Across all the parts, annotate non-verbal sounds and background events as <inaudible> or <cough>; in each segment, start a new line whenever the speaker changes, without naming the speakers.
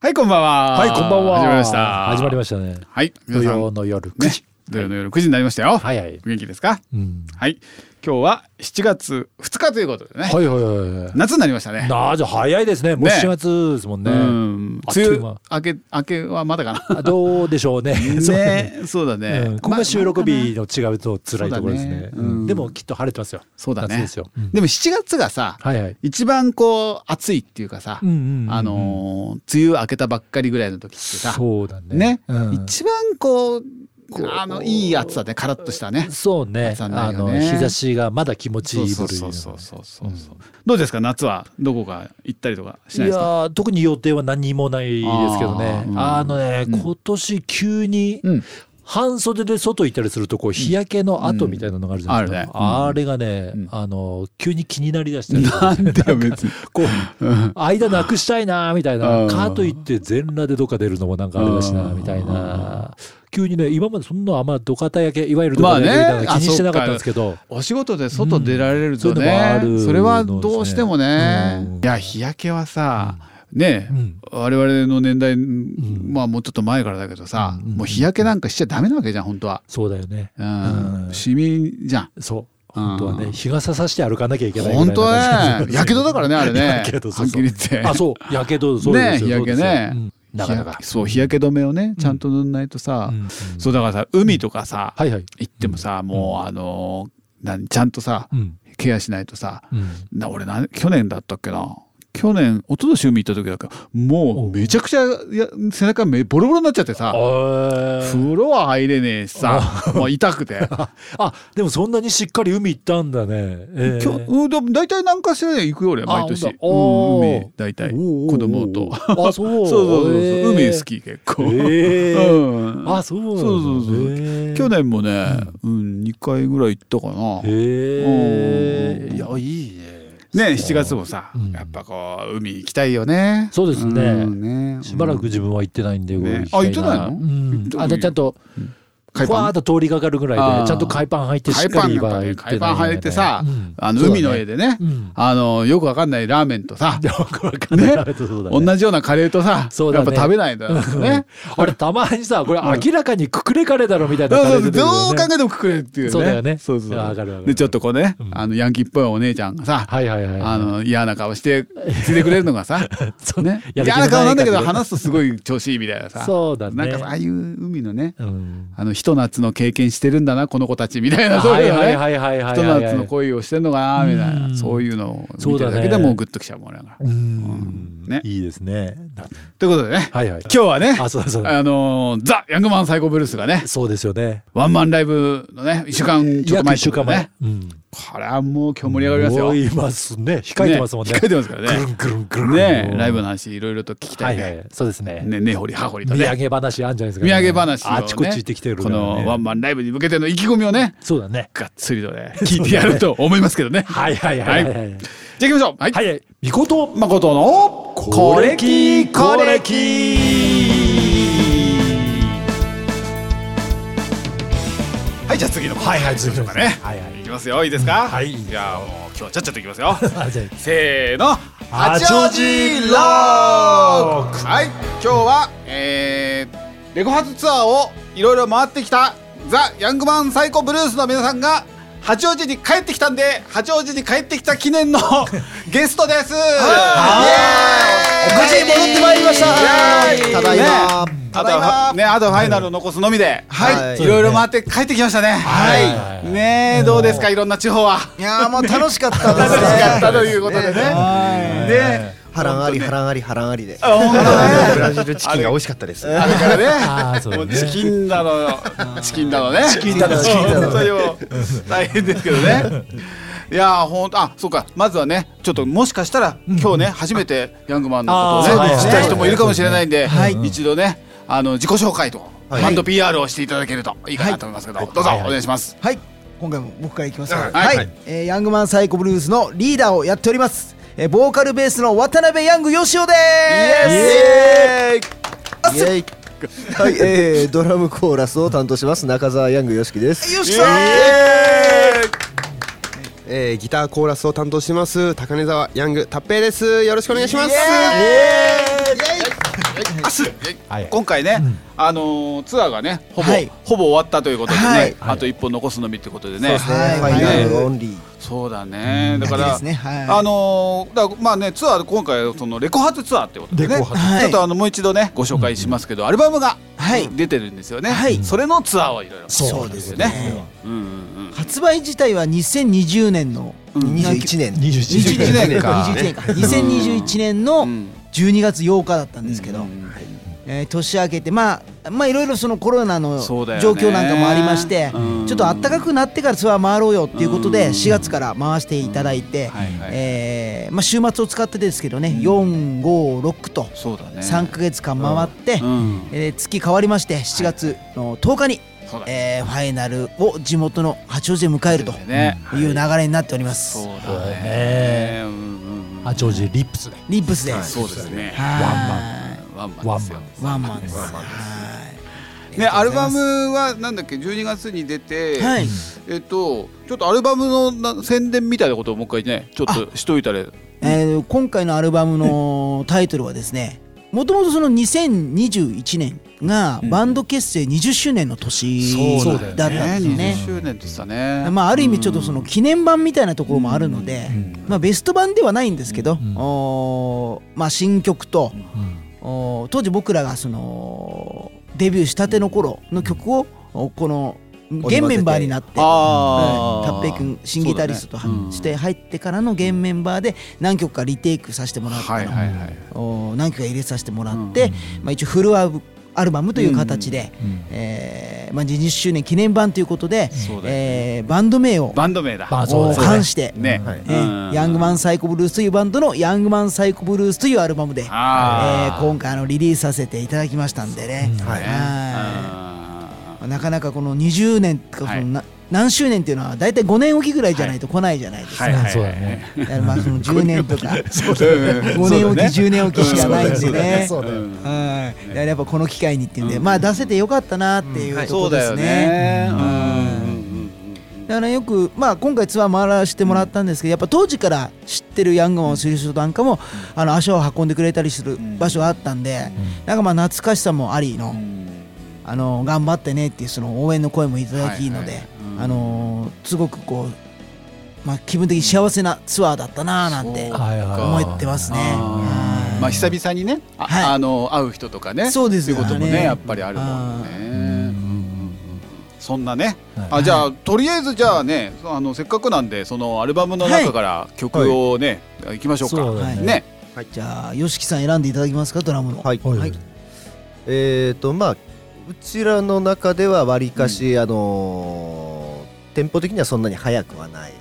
はい、こんばんは。
はい、こんばんは。
始まりました。
始まりましたね。
はい、
土
皆さん、ね
曜、の夜9時。
土曜の夜9時になりましたよ。
はいはい。
元気ですか
うん。
はい。今日は7月2日ということでね。
はいはいはいはい。
夏になりましたね。
なあ、じゃあ早いですね。もう
ね
7月ですもんね
う。ん。
あっと
梅
い
雨
う間
明け、明けはまだかな。
あどうでしょうね。 <laughs> そうだね。
ね、そうだね。
うんここが収録
まあまあ
日の違うと辛いところです
そうだ
ね
ね。うん
でもきっと晴れてますよ。
そうだね
夏ですよ。うん
でも7月がさ、
はいはい。
一番こう暑いっていうかさ、
うんうんうんうん
あのー梅雨明けたばっかりぐらいの時ってさ、
そうだね。
ね、
うん
一番こう
こう
あのいい暑さねカラッとしたね
そうね
暑。さにな
あ
るよ
の
ね
日差しがまだ気持ちいい
そ
部
う
類
そ
の
うそうそうそう、
うん
どうですか夏はどこか行ったりとかし
い
ない
や
ですか
ー特に予定は何もないですけど
あ
ね
ーうん
あのね、
うん
今年急に
うん
半袖で外行ったりするとこう日焼けの跡みたいなのがあるじゃないですか、
うんあるねうん
あれがね、
うん
あの急に気になりだしたり
なんでよ別に
こう
うん
<laughs> 間なくしたいなみたい
うん
なかといって全裸でどっか出るのもなんかあれだしなみたいな急にね今までそんなあんまどかた焼けいわゆるどかた焼けみたいなの
まあ
気
ね
にしてなかったんですけど、
お仕事で外出られると
うんそういうのもあ
ね、
るのです
そ
ね
れはどうしてもね、
うん
いや日焼けはさ、ね、
うん
我々の年代、まあもうちょっと前からだけどさ、
うん
もう日焼けなんかしちゃダメなわけじゃん本当は、
そうだよね
うん
うん
市民じゃん
そう
うん
本当はね日傘さして歩かなきゃいけない
本当ね
ね
やけどだからねあれね
<laughs> やけどそ
は
う
っ
そ
きり
う
言って
あそうやけどそうです
ね
よ
日焼けね
そうですようんなかな
日
か
焼けそう日焼け止めをねちゃんと塗んないとさ、そうだからさ海とかさ、
はいはい
行ってもさもうあのーなんちゃんとさ
うん
ケアしないとさ
うん
な俺な去年だったっけな去年一昨年海行った時だけどもうめちゃくちゃや背中めボロボロになっちゃってさ
あ
風呂は入れねえしさもう痛く
<laughs>
て
あでもそんなにしっかり海行ったんだねえー
きょうんだ大体何かしらで行くよ俺毎年
あほんとあー
うん海大体
おうおうおう
子供と
あそう
<laughs> そうそうそうそう、
えー
海好き結構、
えー
<laughs> うん
あそうなんだ
そうそうそう
えー
去年もね、うん、2回ぐらい行ったかな。ね
へえ
うん
いやいいね
7月もさ、
うん
やっぱこう海行きたいよね。
そうですね
んね
しばらく自分は行ってないんでこれ行き
ねあ
た
行ってないの
うんあでちゃんと
海
ふわー
パ
っ
ン
と通りかかるぐらい
あー
でちゃんと海パン履いてしっ
海
か
パンなん
り
か
は
ね
行ってな
海
い
パン履いてさ、あの海の絵で
で
ね、
うん
あのよくわかんないラーメンとさ、
<laughs> よくわかんない
ね
ラーメンと <laughs> そうだね
同じようなカレーとさ、
そう
や
だ
っ
ね
ぱ食べないんだよね。
あれたまにさこれ明らかにくくれカレーだろみたいな
そうそ
感
う
じ
どう考えてもくれっていうね。
そうだよね
そうそう
いやわかるわかる
でちょっとこうね、
うん
あのヤンキーっぽいお姉ちゃんがさ、
はいはいはい
あの嫌な顔してついてくれるのがさ、
<laughs> そう
ね、
や
嫌
る気の
な顔なんだけど
ない感じで
話すとすごい調子いいみたいなさ。
そうだね
なんかああいう海のね、
うん
あのひと夏の経験してるんだなこの子たちみたいなそう
はいいう
の
はい
ね。
はいはいはい
ひ
はい
と
はい
夏の恋をしてんのかなみたいな
うん
そういうのを
そ
見
う
て
だ
る
ね
だけでもうグッときちゃうもんだから。
うん
ね
いいですねな
ということでね
はいはい
今日はね
あそうだそうだ
あのーザ・ヤングマンサイコブルースがね
そうですよね
ワンマンライブのね1週間ちょっと
約
前
一週間前
ね
うん
これはもう今日盛り上がりますよ。
思いますね控えてますもんね
ね控えてますから
ぐる
ね。
んぐるんぐるん
ねライブの話いろいろと聞き
は
たい
いは
ね。
いそうですね
ね根掘り葉掘りと
土
ね。
産話あんじゃないですか
土
ね
産話をね
あちこち行ってきてるか
こ
らね
のワンマンライブに向けての意気込みをね
そうだね
がっつりと
<laughs>
ね聞いてやると思いますけどね
はいはいはいは
じ
いはい
ゃあ行きましょうはい、
はいはいみこと
誠の
コレキコレキ
はいじゃあ次のはいはい次のかね
はいはい
いきますよいいですか
はいいいです
じ
よ
ゃあもう今日はちゃっちゃといきますよ
あじゃあ
せーの
八王子ロック
はい今日はえー、レゴハズツアーをいろいろ回ってきたザ・ヤングマンサイコブルースの皆さんが八王子に帰ってきたんで八王子に帰ってきた記念
<laughs>
のゲストです
おかしい戻ってまいりました
イエーイ
ただいま
ねあとはねあとはファイナルを残すのみでは
はいい
いろいろ回って帰ってきましたね
は
はいいねえどうですかいろんな地方はい
やーもう楽しかったです
楽
ね
しかったということでね
はい
で
波乱あり波乱あり波乱ありで
あ本当だね
ブラジルチキンが美味しかったです。
あれからね
あーそう
もう
だね
チキンだの、チキンだのね。チキ
ンだのチキンだの
本当にもう大変ですけどね。いやーほんとあそうかまずはねちょっともしかしたら今日ね初めてヤングマンのことを
あー
ね知
そうですね
った人もいるかもしれないんで
はい
一度ねあの自己紹介と
はい
バンド PR をしていただけるといいかなと思いますけどどうぞ
はいはい
お願いします。
はい今回も僕からいきます
は
はいい、
はい
えーヤングマンサイコブルースのリーダーをやっておりますえーボーカルベースの渡辺ヤングよしおで
イエ
すイエーイ
はい、えー、ドラムコーラスを担当します中澤ヤングよしきです、
よし
イ
きさん
エーイ
えーギターコーラスを担当します高根沢ヤング達平です。よろしくお願いします。
イエーイイエーイ
明日
はい
今回ね、あのーツアーがねほぼ、
はい
ほぼ終わったということでね、
はい
あと一本残すのみってことでね
ファイ
はい
ナルオンリー。
そうだねだか
だけ
ら、
ですねはい
あのーだからまあねツアーで今回そのレコ発ツアーってことでね
レコ発
はい
ちょっとあのもう一度ねご紹介しますけど、アルバムが
はい
出てるんですよね、
はい
それのツアーをいろいろ
そうです
ね
ね
うんうん
発売自体は2020年の
うん
21
21
年。
21年か
21年か2021年の
うん
12月8日だったんですけ
う
ど、
ん
えー年明けてまあまあいろいろそのコロナの
そ
状
うだよね
況なんかもありまして、
うん
ちょっと暖かくなってからツアー回ろうよっていうこと
う
で
ん
4月から回していただいて、
はいはい
えーまあ、週末を使ってですけどね、456と
そうだね
3か月間回って、
うん
えー月変わりまして7月の10日に、
そうだね
えーファイナルを地元の八王子で迎えるという
ね
流れになっております、
そう
そう
だ
だ
ね
ね
うんうんうん
八王子リップスね
リップスで
そ
す、
うですね
は
ワンマンですよ
いワンマンですはい
ね、
あ
ア
り
ル
がと
バ
うございます
ムはなんだっけ12月に出て、
はい
えっとちょっとアルバムのな宣伝みたいなことをもう一回ねちょっとしといたら
えー今回のアルバムのタイトルはですねもともとその2021年がバンド結成20周年の年
そう
だったんですよね
20。周年でしたね
まあ、ある意味ちょっとその記念版みたいなところもあるので、まあ、ベスト版ではないんですけど、おーまあ、新曲と、おー当時僕らがそのデビューしたての頃の曲をおこの現メンバーになって
あー
はい達平君新ギタリストとは、
そうだねうん
して入ってからの現メンバーで何曲かリテイクさせてもらったの、
はいはいはい
お何曲か入れさせてもらって、まあ、一応フルアルアルバムという形で、えーまあ、20周年記念版ということで、
そうだよ
えーバンド名を
バンド名だ
あそう
お
ですね
冠して、
ね
えーヤングマンサイコブルースというバンドのヤングマンサイコブルースというアルバムで、え
あー
ー今回あのリリースさせていただきましたんでね。
はい
は
あ
いなかなかこの20年とかそ
はい
のな、何周年っていうのは大体5年おきぐらいじゃないと来ないじゃないですか。
ーはいはいはい
そうだね
だからまあその10年とか
うん
5年おき10年おきしかないんでね。
そうだよ
うんだからやっぱこの機会にっていうんで、まあ出せてよかったなっていうとこ
そ
ろ
うだ
で
よ
すね。
ねうん
だからよく、まあ、今回ツアー回らせてもらったんですけど、やっぱ当時から知ってるヤングマンを知る人なんかも、あの足を運んでくれたりする場所があったんで、なんかまあ懐かしさもありの、あの頑張ってねっていうその応援の声もいただきので、
はいはいうん
あのすごくこう、まあ、気分的に幸せなツアーだったなあなんて
そう
か
思ってますね。
あーまあ久々にねあ
はい
あの会う人とかね
そうです
とい
よ
うこともね
ね
やっぱりあるもんねうんそんなね
はい
あじゃあとりあえずじゃあねあのせっかくなんでそのアルバムの中から曲をねいきましょう
そう
か
だね
ね
はいじゃあ YOSHIKI さん選んでいただきますかドラムの。
はい。
はい
えっと、まあ、うちらの中ではわりかし、あのー、テンポ的にはそんなに速くはない。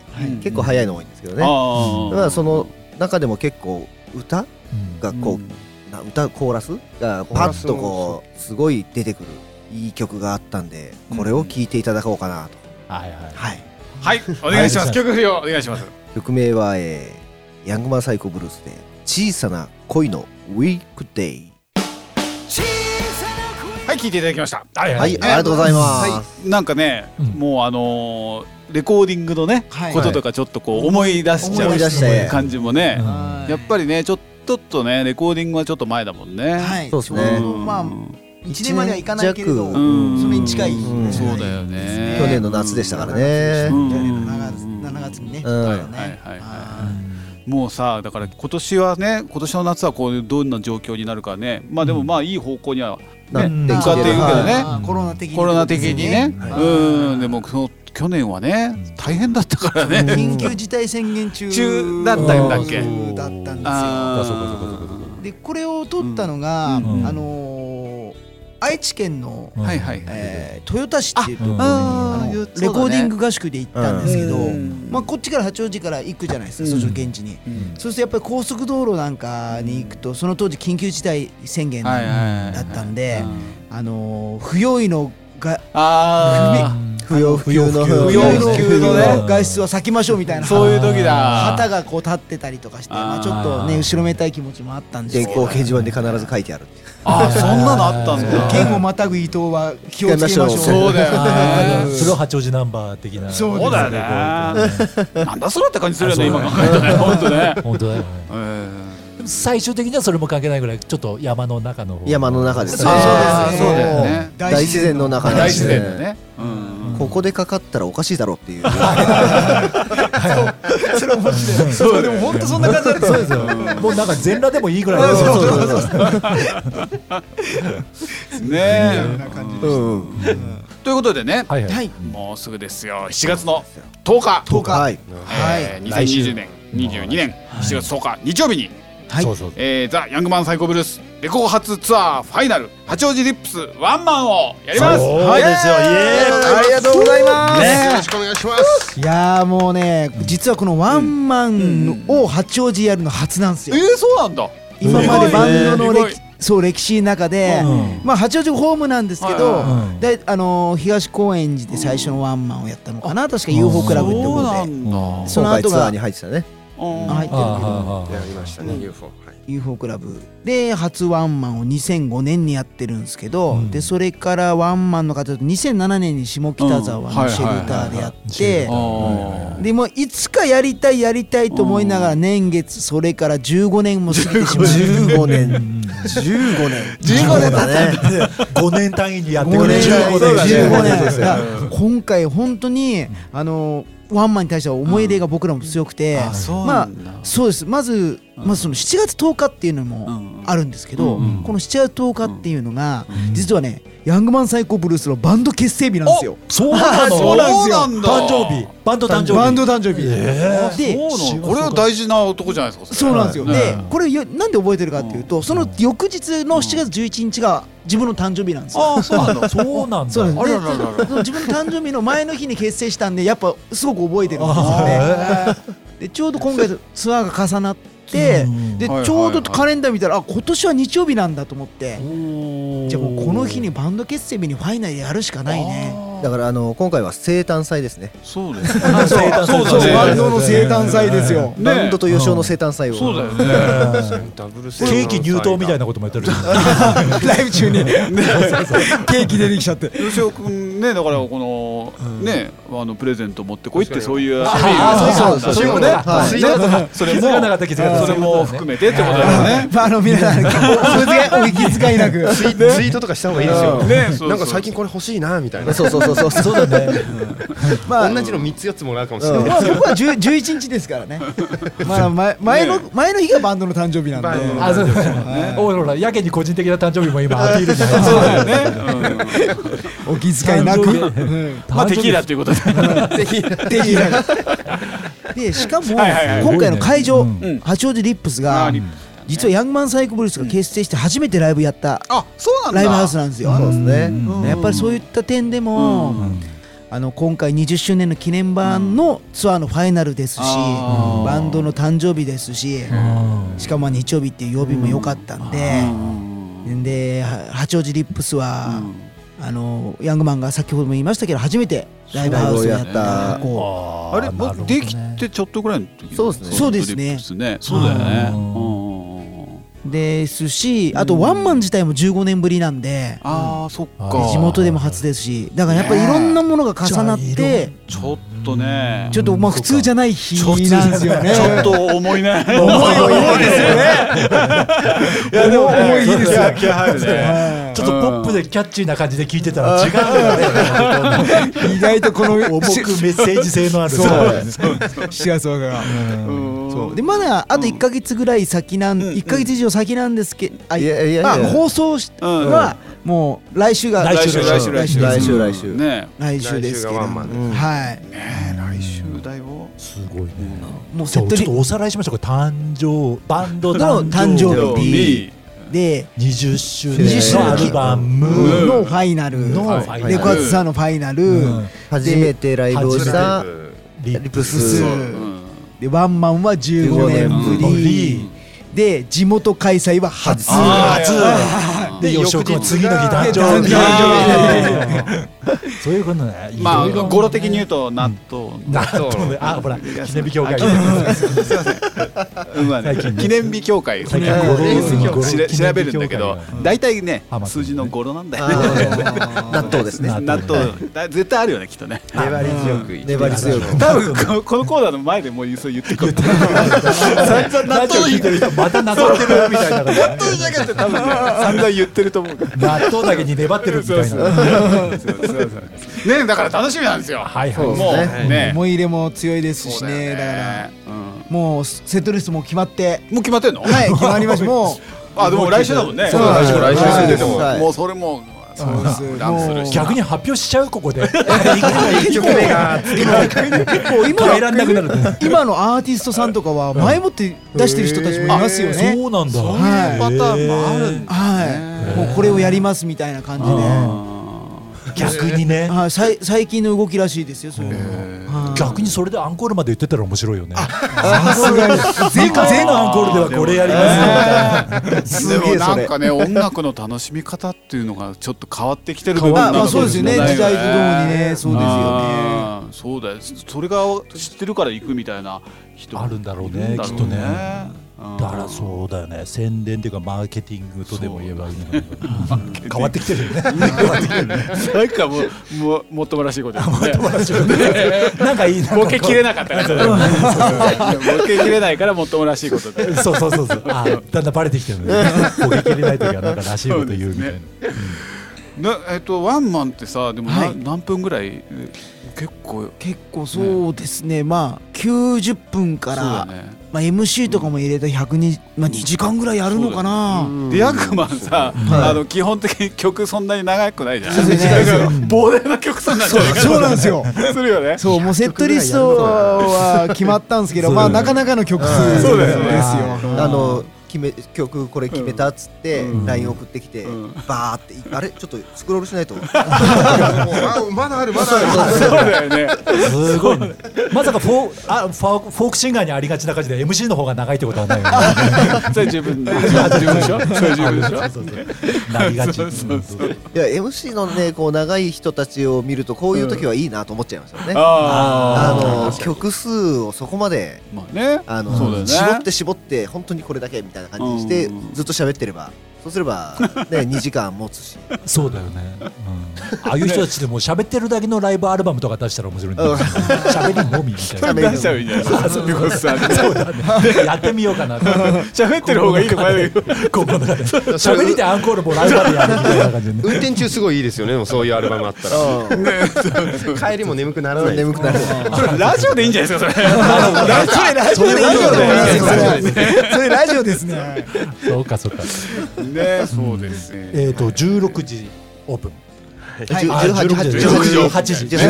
結構速いの多いんですけどね。だ
あー
からその中でも結構歌がこ
ん
う、な歌コーラスがパッとこうすごい出てくるいい曲があったんでこれを聴いていただこうかなと、
はいはい
はい
はいお願いしま
は
す
い
曲振りをお願いします
曲名は、えーヤングマンサイコブルースで小さな恋のウィークデイ
はい聞いていただきました
はい
はい、ありがとうございます、
なんかね、
うん
もうあのーレコーディングのね、
はい
こととかちょっとこう思い出しちゃ
思い出して
う感じもね、
はい
やっぱりねちょっととねレコーディングはちょっと前だもんね。
はい、
そうですね
うん
まあ1年まではいかないけれど、
一
年弱
それに近い、
うん
そうだよね。
去年の夏でしたからね
うん
去年の7月 ,7 月にね、
うん
だ
はい
よ
はい
ね
はいはい
あ
もうさだから今年はね今年の夏はこういうどんな状況になるかねまあでもまあいい方向にはね、
な
ー
って
向かっているけどね、
あーコロナ的に
コロナ的にね、
はい
うんでもその去年はね大変だったからね。
緊急事態宣言中
中だった
んだっけ
だったんですよ
あー
そうかそうかそうかそうか
でこれを撮ったのが、
うん
うん
あのー愛知県の、
うん
はいはいはい。
えー豊田市っていうところに
あ
あの
ー
レコーディング合宿で行ったんですけど、
うん
まあ、こっちから八王子から行くじゃないですか、そっちの現地に、そうするとやっぱり高速道路なんかに行くとその当時緊急事態宣言
はいはいはいはい
だったんで、
うん
あのー不用意のが
あ
不要不急の
不要不急のね
外出は避けましょうみたい
あ
な
そういう時だ
旗がこう立ってたりとかしてまあ、ちょっと
あ
ね
ー
後ろめたい気持ちもあったんです
電
け
光
ど
掲示板で必ず書いてあるっていう
あそんなのあったんだ
県をまたぐ伊藤は気をつけましょう
気をつけましょ
そうだよ
あー
ね
それを八王子ナンバー的な
そう
そうだよ
<laughs>
ねなんだそれって感じするよね今考えたらね本当ね
本当だよね
えー
でも最終的にはそれも関係ないぐらいちょっと山の中の方
山の中ですね
あーそうだよね
大自然の中
大
なんで
自
す
然だよね。うん
ここでかかったらおかしいだろうっていう
それ面白いそうでも本当そんな感じだった
そうですよもうなんか全裸でもいいぐ
<laughs>
らい
そうそうそう
ねえ
リアルな感じで
うんということでね、
はいはい
い
もうすぐですよ。7月の10日、
10日はい
えー2020年、22年7月10日日曜日に、
い
そうそう
えーザヤングマンサイコブルースレコ発ツアーファイナル八王子リップスワンマンをやります。
そうですよイエーイ
ありがとうございます
よろしくお願いします。
いやーもうね実はこのワンマンを八王子やるの初なんです
え
よ、
ー、そうなんだ。
今までバンドの
す
歴そう歴史の中で、まあ、八王子ホームなんですけど、
はいはい
はい
であのー東高円寺で最初のワンマンをやったのかな、確か UFO クラブって
そう
こ
な
とで
んだ。
あ
そ
今
の
回
後
ツアー
が
に入ってたね
うん
入ってるけど
あ
やりましたね UFO。はい。
UFO クラブで初ワンマンを2005年にやってるんですけど、
うん
でそれからワンマンの方と2007年に下北沢
うんはい
の
はい
シェルターでやっ
シェル
て
ター。
あ
でもういつかやりたいやりたいと思いながら年月それから15年も過ぎてしまう
15年15年
15年だね5年単位にやってく
15
れ
年
る
15
15
年
年
だから今回本当にあのワンマンに対しては思い入れが僕らも強くて、
あ
そう
ま
な
あ
んだ。ま
そうですまずまずその7月10日っていうの
う
も
ん
あるんですけど、
うん
この7月10日っていうのが、実はねヤングマン最高ブルースのバンド結成日なんですよ。
そうな
あ、
の
そうなんだ。
誕生日バンド誕生日
バンド誕生日、で
そうなの。これは大事な男じゃないですか。
そうなんですよ、
はい
で
ね
これよなんで覚えてるかっていうと、その翌日の7月11日が自分の誕生日なんですよ。
ああ、そうなんだ。
そうなん
そうなん
だ
で
あ
す
らららら
でその自分の誕生日の前の日に結成したんでやっぱすごく覚えてるんですよね。でちょうど今回とツアーが重なって
うん
で
はいはいはい
ちょうどカレンダー見たらあ今年は日曜日なんだと思ってじゃあもうこの日にバンド結成日にファイナルやるしかないね。
だからあの今回は生誕祭ですね
そうです。
あそう
そう
そう
だね。
バンドの生誕祭ですよ
ね
バンドと優勝の生誕祭を
そうだよね。
ダブルセ
ケーキ入刀みたい
な。
なこともやってる
ライ
<laughs>
ブ中にケーキ出てきちゃって
吉尾くんねだからこのねあのプレゼント持ってこいってそういう
あ <laughs> そうそうそういうことね
はい
それもそれも
それも含めてってことだよね。
<laughs> まああの皆さんお気遣いお気遣い
<laughs>
なく
ツイツイートとかした方がいいですよ。
ねそうそう
なんか最近これ欲しいなみたい
<laughs>
な。
そうそうそうそうそうだね
まあ
同じの三つ四つもらうかもしれ
ま
ない。
あ僕は10 11日で
<laughs>
すからね。まあ前前の前の日がバンドの誕生日なんで。
ま
あそうですねおいほらやけに個人的な誕生日も今アピールじゃない
<laughs> そうだよね。
お気遣いなく。
誕生日
うん
<laughs> まあテキーラということ <laughs> で。 <laughs>
でしかも、
はいはいはい
今回の会場、
うん
八王子リップス
あ
が
リップ
実はヤングマンサイコブルースが結成して初めてライブやった
あそうなんだ。
ライブハウスなんですよ。
そうですね
うんやっぱりそういった点でも、あの今回20周年の記念版のツアーのファイナルですし、
あー
バンドの誕生日ですし、しかもまあ日曜日っていう曜日も良かったんで、では八王子リップスは、あのヤングマンが先ほども言いましたけど初めてライブハウスをやっ
そうだ
た
よね
こう
あれもうできてちょっとぐらいの時。
そうですね
そうですね
リップスね。そうだよね。
うん
うん
ですしあとワンマン自体も15年ぶりなんで
ああそっか。
ー
地元でも初ですしだからやっぱりいろんなものが重な
じゃあ
っ
いろ
て
ちょっとね。
ちょっとまあ普通じゃない日なんですよね
ちょっと重いね。重い重いですよね。いやでも重いですよ。気合入るね。
ちょっとポップでキャッチーな感じで聞いてたら違うよ
<laughs>
ね
意外とこの
重くメッセージ性のある
そう
さ
7月10日が
そうでまだあと1か月ぐらい先なん1か月以上先なんですけどあ
いやいやいや
まあ放送し
うん
はもう来週が
来週
来週
来週
来週
来
来
週
週
ね
来週ですけど
来週がワンマンで
はい
来週だよ。
すごいね
もう
ち
セ
ょ
ッ
っ
トリ
とおさらいしましょうこれ誕生バンド
の誕
誕生
生
日
日で
20周
20
年
周
の
年
アルバム
うん
のファイナル
の
レ
ファイナル
コアツさんのファイナル
ん
初めてライブをした
リ
リ
ッ
ッ
プ
プ
ス
ス
でワンマンは15
15
年ぶ
年ぶ
りで地元開催は初
初で
で
予測は
翌日
次の日
が
誕生
<laughs>
日
誕
<laughs> そういうことね
まあ
いろいろ
語呂的に言うと納豆
納豆ねあほら記念日協 <laughs> 会
うんまあね
最近ね
記念日協会
最近語呂語呂
しら
記
調
念日協会
べるんだけど
うん
大体ね
ハマってるね
数字の語呂なんだよね
納豆ですね
納
納豆
豆だ絶対あるよねきっとね
粘り強く生きて
粘り強く
多分このこのコーナーの前でもうそう言ってくる
散々納豆聞いてる人また納豆ってるみたいな感じ
納豆じゃなくて多分ね散々言ってると思うから
納豆だけに粘ってるみたいな
ねだから楽しみなんですよ
はいはい
もうね
思い入れも強いですし
そうだ
ね
よ
だから
うんも
もうセットリストも決
<laughs>
まって
う決まってんの
はい決まりましたも
あでも来週だもんね
そうだ来週来週
来週で
はい
も
はい
もうそれもそうだ
そう
フランスするし
逆に発表しちゃうここで
一曲目が
もう今らんなくなるね
う今のアーティストさんとかは前もって出してる人たちもいますよね
そうなんだ
そういうパターンもあるんだ
はいもうこれをやりますみたいな感じで
逆にね
はいさい最近の動きらしいですよそういうのはい
逆にそれでアンコールまで言ってたら面白いよねさすがに全全アンコールではこれやりますよ
でもなんかね音楽の楽しみ方っていうのがちょっと変わってきてる部分
ま
な
あ
のか
まあ
もし
そうですよね
れない
時代とともにねそうですよね
あーそうだよそれが知ってるから行くみたいな人も
あるんだろうね
いるんだろう
きっとね
うん
だからそうだよね宣伝っていうかマーケティングとでも言えばいいのか <laughs> な変わってきてるよね
なんかもうもうもっともらしいことやってね
<laughs> なんかいい
<laughs>
な
ボケきれなかったからボケきれないからもっともらしいことだ
そうそうそう <laughs> そうあだんだんバレてきてるね <laughs> ボケきれない時はなんからしいこと言うみたいな
なえっとワンマンってさでもな、
はい
何分ぐらいえ結構
結構そうですねまあ90分か
そうだ
ら
ね
まあ MC とかも入れた102まあ2時間ぐらいやるのかな
でヤクマンさ、あの基本的に曲そんなに長くないじゃん、
そうですね
だから膨大な曲数になんじゃないか
そうなんですよ
するよね
そうもうセットリストは決まったんですけど
そう
まあなかなかの曲数
そうだよね
ですよ
あの決め曲これ決めたっつって
ん
LINE 送ってきて
うん
バーってあれちょっとスクロールしないと
<laughs> あまだあるまだある
そうだよね
すごいね、まさかフォーあフォーフォークシンガーにありがちな感じで MC の方が長いってことは <laughs> ないよね
<laughs> それ自分で自分でしょそれ自分でしょ
そうそうそうなりがち
そうそうそう
うん
<laughs> いや MC のねこう長い人たちを見るとこういう時はいいなと思っちゃいますよね。あ
あ
の曲数をそこまで
ーまあね
あ
そうだよ
の
ね
絞って絞って本当にこれだけみたいな感じにして
うん
ずっと喋ってればそうすればね <laughs> 2時間持つし
そうだよね、うん、ああいう人たちでもう喋ってるだけのライブアルバムとか出したら面白いんだけど
うん
喋りのみみたい
出しちゃうみ <laughs> たいなそういうことさ
なやってみようかな
喋ってる方がいいのかな
ここの中で喋りでアンコールもライブまでやるみたいな感じでね
運転中すごいいいですよねでもそういうアルバムあったら帰りも眠くならない
眠くなる
ラジオでいいんじゃないですかそ <laughs> れ
ラジオでラジオでいいですねそれそれラジオですね
そうかそうか
ねそうですね
えっ、ー、と16時オープン
18
16
時
時
18
18
時
時
18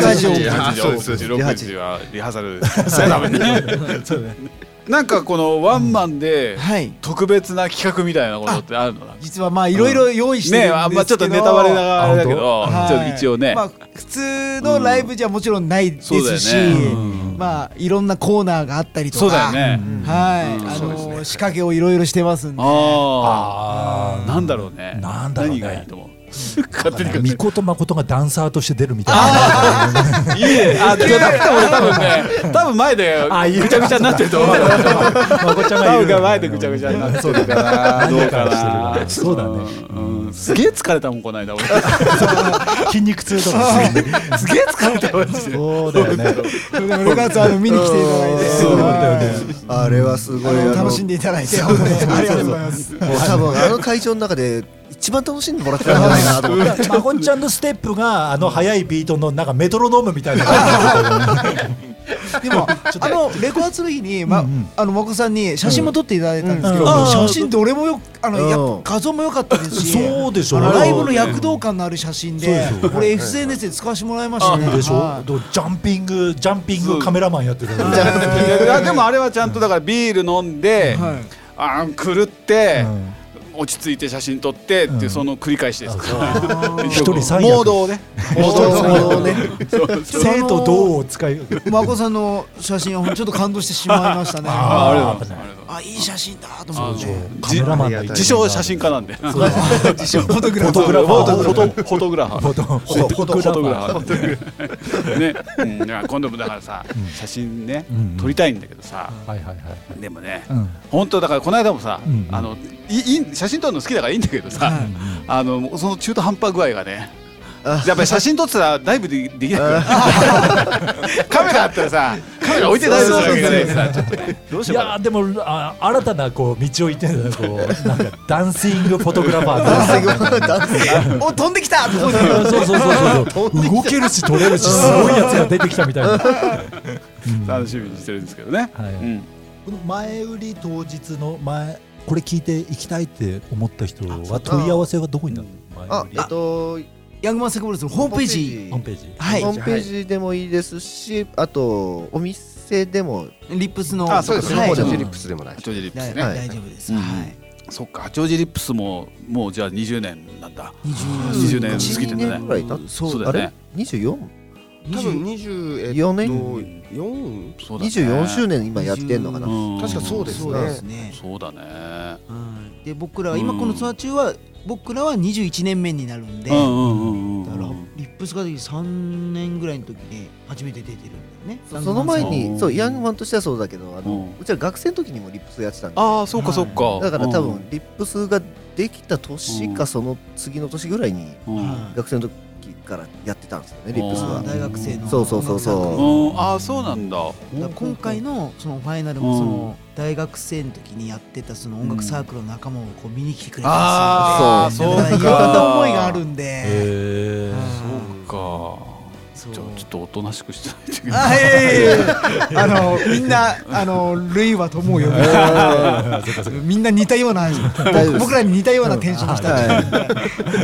時
18時
そうそう16時はリハーサルですね多分ね
<laughs> そうだね
なんかこのワンマンで
はい
特別な企画みたいなことってあるの
実はまあいろいろ用意してる
ね
んですけど
あんまちょっとネタバレながらあれだけどち
はい
ょっと一応ね
まあ、普通のライブじゃもちろんないで
そうだよ
す
ね
し、まあいろんなコーナーがあったりとか
そうだよね
はい、
うん
あ
そうで
の仕掛けをいろいろしてますんで
あ
あ
あ
ー
なんだろうね
なんだろうね
何がいいと思う勝手に
みことまことがダンサーとして出るみたいな。
いいねあじゃなくて俺多分ね多分前で
あいい
ぐちゃぐちゃになってると思う
まこちゃん
タオ
が
が前でぐちゃぐちゃになってるからどうかな
そうだね
うんすげえ疲れたもんこの間俺
筋肉痛とかする。
すげえ疲れたマジで
そうだよね。
それでもよかったらあの見に来ていただいて
そうだよね。
あれはすごい
はいあの
あの
楽しんでいただいて本当にありがとうございます
もう多分あの会場の中で一番楽しんでもらってたんじゃないかな
<laughs>
と思って
まこんちゃんのステップがあの速いビートのなんかメトロノームみたいな感じ
でもあのレコ発の日にま
うんうん
あのまこさんに写真も撮っていただいたんですけど
うんうん
写真どれもよあの
う
や
ん
画像も良かったですし
そうでしょ
あのライブの躍動感のある写真で
そうでしょ
これ SNS で使わせてもらいましたね
でし
は
ょ。
い
どうジャンピングジャンピングカメラマンやってたから。
いやでもあれはちゃんとだからビール飲んで
はい
あー狂って
うん
落ち着いて写真撮ってっていうその繰り返しですから
一人三役
モードをね
モードをね
そうそう
生と銅を使い分けて
眞子さんの写真はちょっと感動してしまいましたね
ああ
あ
りがとうございます
いい写真だと思って
カメラマンが一番
自称写真家なんで
そう
自称フォトグ
フ
ラ
ォ
ファ
ト
ー
グラファー
フォトフォトフォトグラファー
フォトフォト
フ
グ
ォト
ラフ
グ
ァ
ラ
ー
ファーね、うん、だから今度もだからさ、写真ね
うんうん
撮りたいんだけどさ、
はいはいはい
でもね
うん
本当だからこの間もさ、
うんうん
あのいい写真撮るの好きだからいいんだけどさ、あのその中途半端具合がねやっぱり写真撮ってたらダイブでできなくなる <laughs> カメラあったらさカメラ置いてダイブするわけじゃないからさちょっとねどうし
い
ようかな
やーでもあ新たなこう道を行ってるんだねこうなんかダンシングフォトグラファーって
お飛んできたと思って
そうそうそうそう動けるし取れるしすごいやつが出てきたみたいな
楽しみにしてるんですけどね、
はい
うん
この前売り当日の前これ聞いて行きたいって思った人は問い合わせはどこになるの前
あ
売
え
り
っと
ヤングマンセコブルスのホームページ
ホームページ
はい
ホームページでもいいですしあとお店でも
リップスの
あそうです
は
ね
い
も
は
うジ
い
ャジリップスでもない
八王子リップスね、
はい
大丈夫です
うん
はい
そっか八王子リップスももうじゃあ20年なんだ20
20
年過ぎてんだね
ぐらい経つ
そうだよ
あれ
ね
24?24
多分20えっと
四年
4
そうだね
24周年今やってんのかな
うん
確かそうですね
そうですね
そうだね
うんで僕らは今このツアー中は僕らは21年目になるんで
う
だ
んう
か
んうんうん
らリップスが3年ぐらいの時に初めて出てるんだよね
その前
うん
にそうヤングマンとしてはそうだけどあ
う
の
ん
うちは学生の時にもリップスやってたんで
ああそうかそうか
だから多
うん
分リップスができた年
う
か
ん
その次の年ぐらいに
うん
学生の時からやってたんですよねリップス
あ
は
ー
大学生の
そうそうそうそう
音楽
うんああそうなんだ
だから今回のそのファイナル
う
も
ん
その大学生の時にやってたその音楽サークルの仲間をこう見に来てくれ
あ
た
ー
んです
そう
よだからい
か
ろんな思いがあるんで
へー
そうか
そう
じゃあちょっとおとなしくしてないといけない
あいやいやいやあのみんなあの類は友よみんな似たような
大丈夫です
僕らに似たようなテンションの人たちなん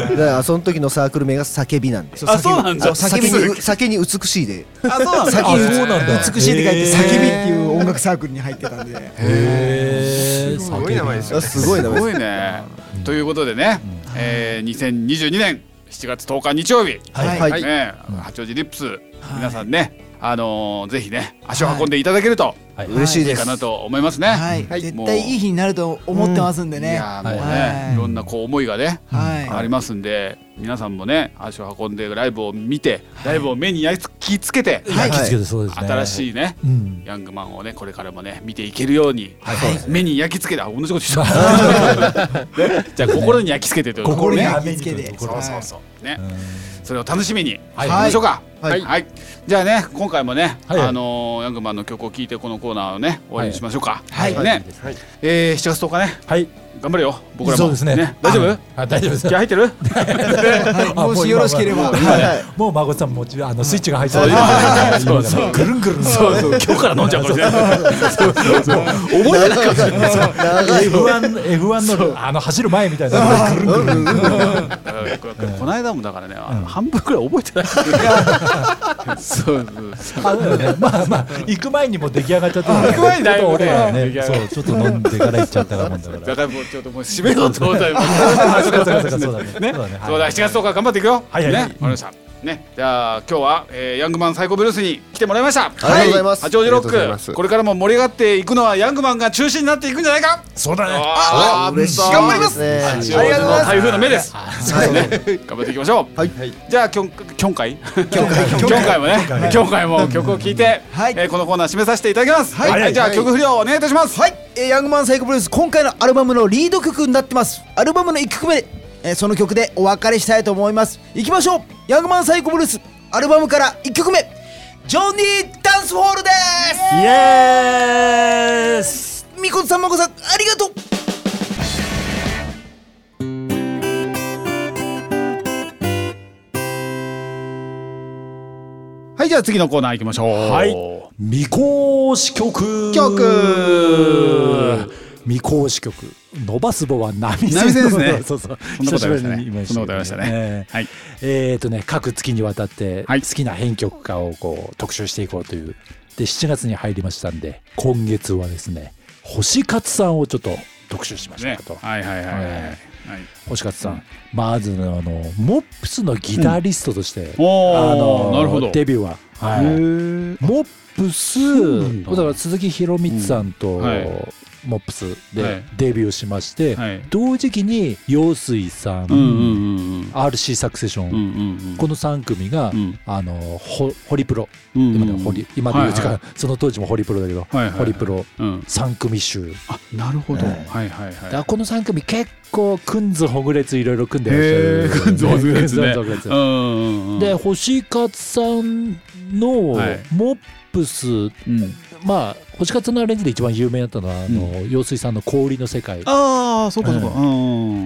で
<laughs> だからその時のサークル名が叫びなんで
あそうなんだ
酒に酒に美しいで
あそうなんだ
あそうなんだ
美しいって書いて「叫び」って
へ
いう音楽サークルに入ってたんで
え
すごい名前ですよね
すごい
す
な
ごいねということでねえー2022年7月10日日曜日
はい
はい
ね八王子リップス皆さんねあのーぜひね足を運んでいただけると
嬉しい
い
で
いか
す
なと思いますね
はい
はい
絶対いい日になると思ってますんで
い
ね
やーもう
は
ね
い
いろんなこう思いがねあ
は
りますんで皆さんもね足を運んでライブを見てライブを目に焼き付けて
はい、気付けてそうですね。
新
い。
しいね
うん。
ヤングマンをねこれからもね見ていけるように、目に焼き付けてあ同じこと言っ <laughs> したじゃあ心に焼き付けてということ
心
で
に
ね
はめにけて。
そうそうそうね、それを楽しみに
はい
いきましょうか
はい
はいじゃあね今回もね、
はい
あのーヤングマンの曲を聴いてこのコーナーをね終わりにしましょうか
はい
ね、えー、7月10日ね
はい。
頑張れよ僕らも
そうですね。
大丈夫
あ、大丈夫です
気合。入って
<laughs>
る
はいもしよろしければ
もう孫さんもちあのスイッチが入ってそうそう。ぐるんぐるん。
そうそう今日から飲んじゃうかもしれない
覚えてないかもしれない
F1 F1 のあの走る前みたいな。ぐるんぐるん。
この間もだからね、あの半分くらい覚えてないそうそうそう
まあまあ行く前にも出来上がっちゃって。行
く前にだいぶ
俺らね。そうちょっと飲んでから行っちゃったもんだから。
だからもうちょっともう締めようと思ったよ
そうだそうだそうだね。そうだね。
そうだ7月10日頑張っていくよ、
はいはい
ね
は
わ
い
かりましたねじゃあ今日は、えーヤングマンサイコブルースに来てもらいましたあり
がとうございます
八王子ロ
ありがとうございま
ック
す
これからも盛り上がっていくのはヤングマンが中心になっていくんじゃないか
そうだね。
ああ
嬉しい
頑張ります
す
八王子の台風の目です
はい
頑張っていきましょう、
はい
じゃあきょんきょんかいきょんかいもねきょんかいも曲を聴いて、
はい
えーこのコーナー締めさせていただきます、
はい
はいじゃあ曲不良お願いいたします
はい、えーヤングマンサイコブルース今回のアルバムのリード曲になってますアルバムの1曲目で、えーその曲でお別れしたいと思いますいきましょうヤングマンサイコブルースアルバムから1曲目ジョニーダンスホールです
イエース。
みことさんまこさんありがとう
はいじゃあ次のコーナー行きましょう
はい。未公式曲。
曲
未公式曲。伸ばす棒は波線
波線ですね
<laughs> そうそう。
そんなことありましたね
久ぶりに言い
そんなことありましたね
ええ
はい
えーとね、各月にわたって
は
好
い
きな編曲家をこう特集していこうという。で、7月に入りましたんで、今月はですね、星勝さんをちょっと特集しましょう
ね
かと、
はいはいはいはいはい
星勝さん、まずねあのモップスのギタリストとして、
おー
あの
なるほど
デビューは、はい
へえ
モップス
だ
だから鈴木宏光さんと、
んはい
モップス
は
で
い
デビューしまして、
はい
同時期に陽水
う
さん、
んうんうん
RC サクセション、
うんうんうん
この3組が、
うん
あのホホリプロ
うん
今でもホリ今でいう時間、
はい
その当時もホリプロだけど、
はいはい
ホリプロ
うん
3組集
あなるほど
は
はいいはいはい
だこの3組結構くんずほぐれついろいろ組んでらっしゃ
へえ
る
群像図
<laughs>
ですね
群像図です
うんうんうん
で星勝さんの
はい
モップス、
うん
まあ星勝さんのアレンジで一番有名だったのはあの、陽水さんの「氷の世界」
ああそうかそうか
う
う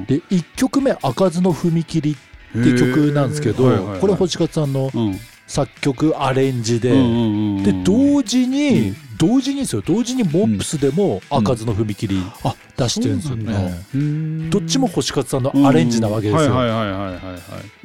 ん
で1曲目「開かずの踏切」っていう曲なんですけど、
へえはいはいはい
これ星勝さんの
うん
作曲アレンジで、
うんうんうん
で同時に、
うん
同時にですよ同時にモップスでも開かずの踏切
あ
出してるんですよね、
そうなんだうん
どっちも星勝さんのアレンジなわけですよ、
はいはいはいはいはいは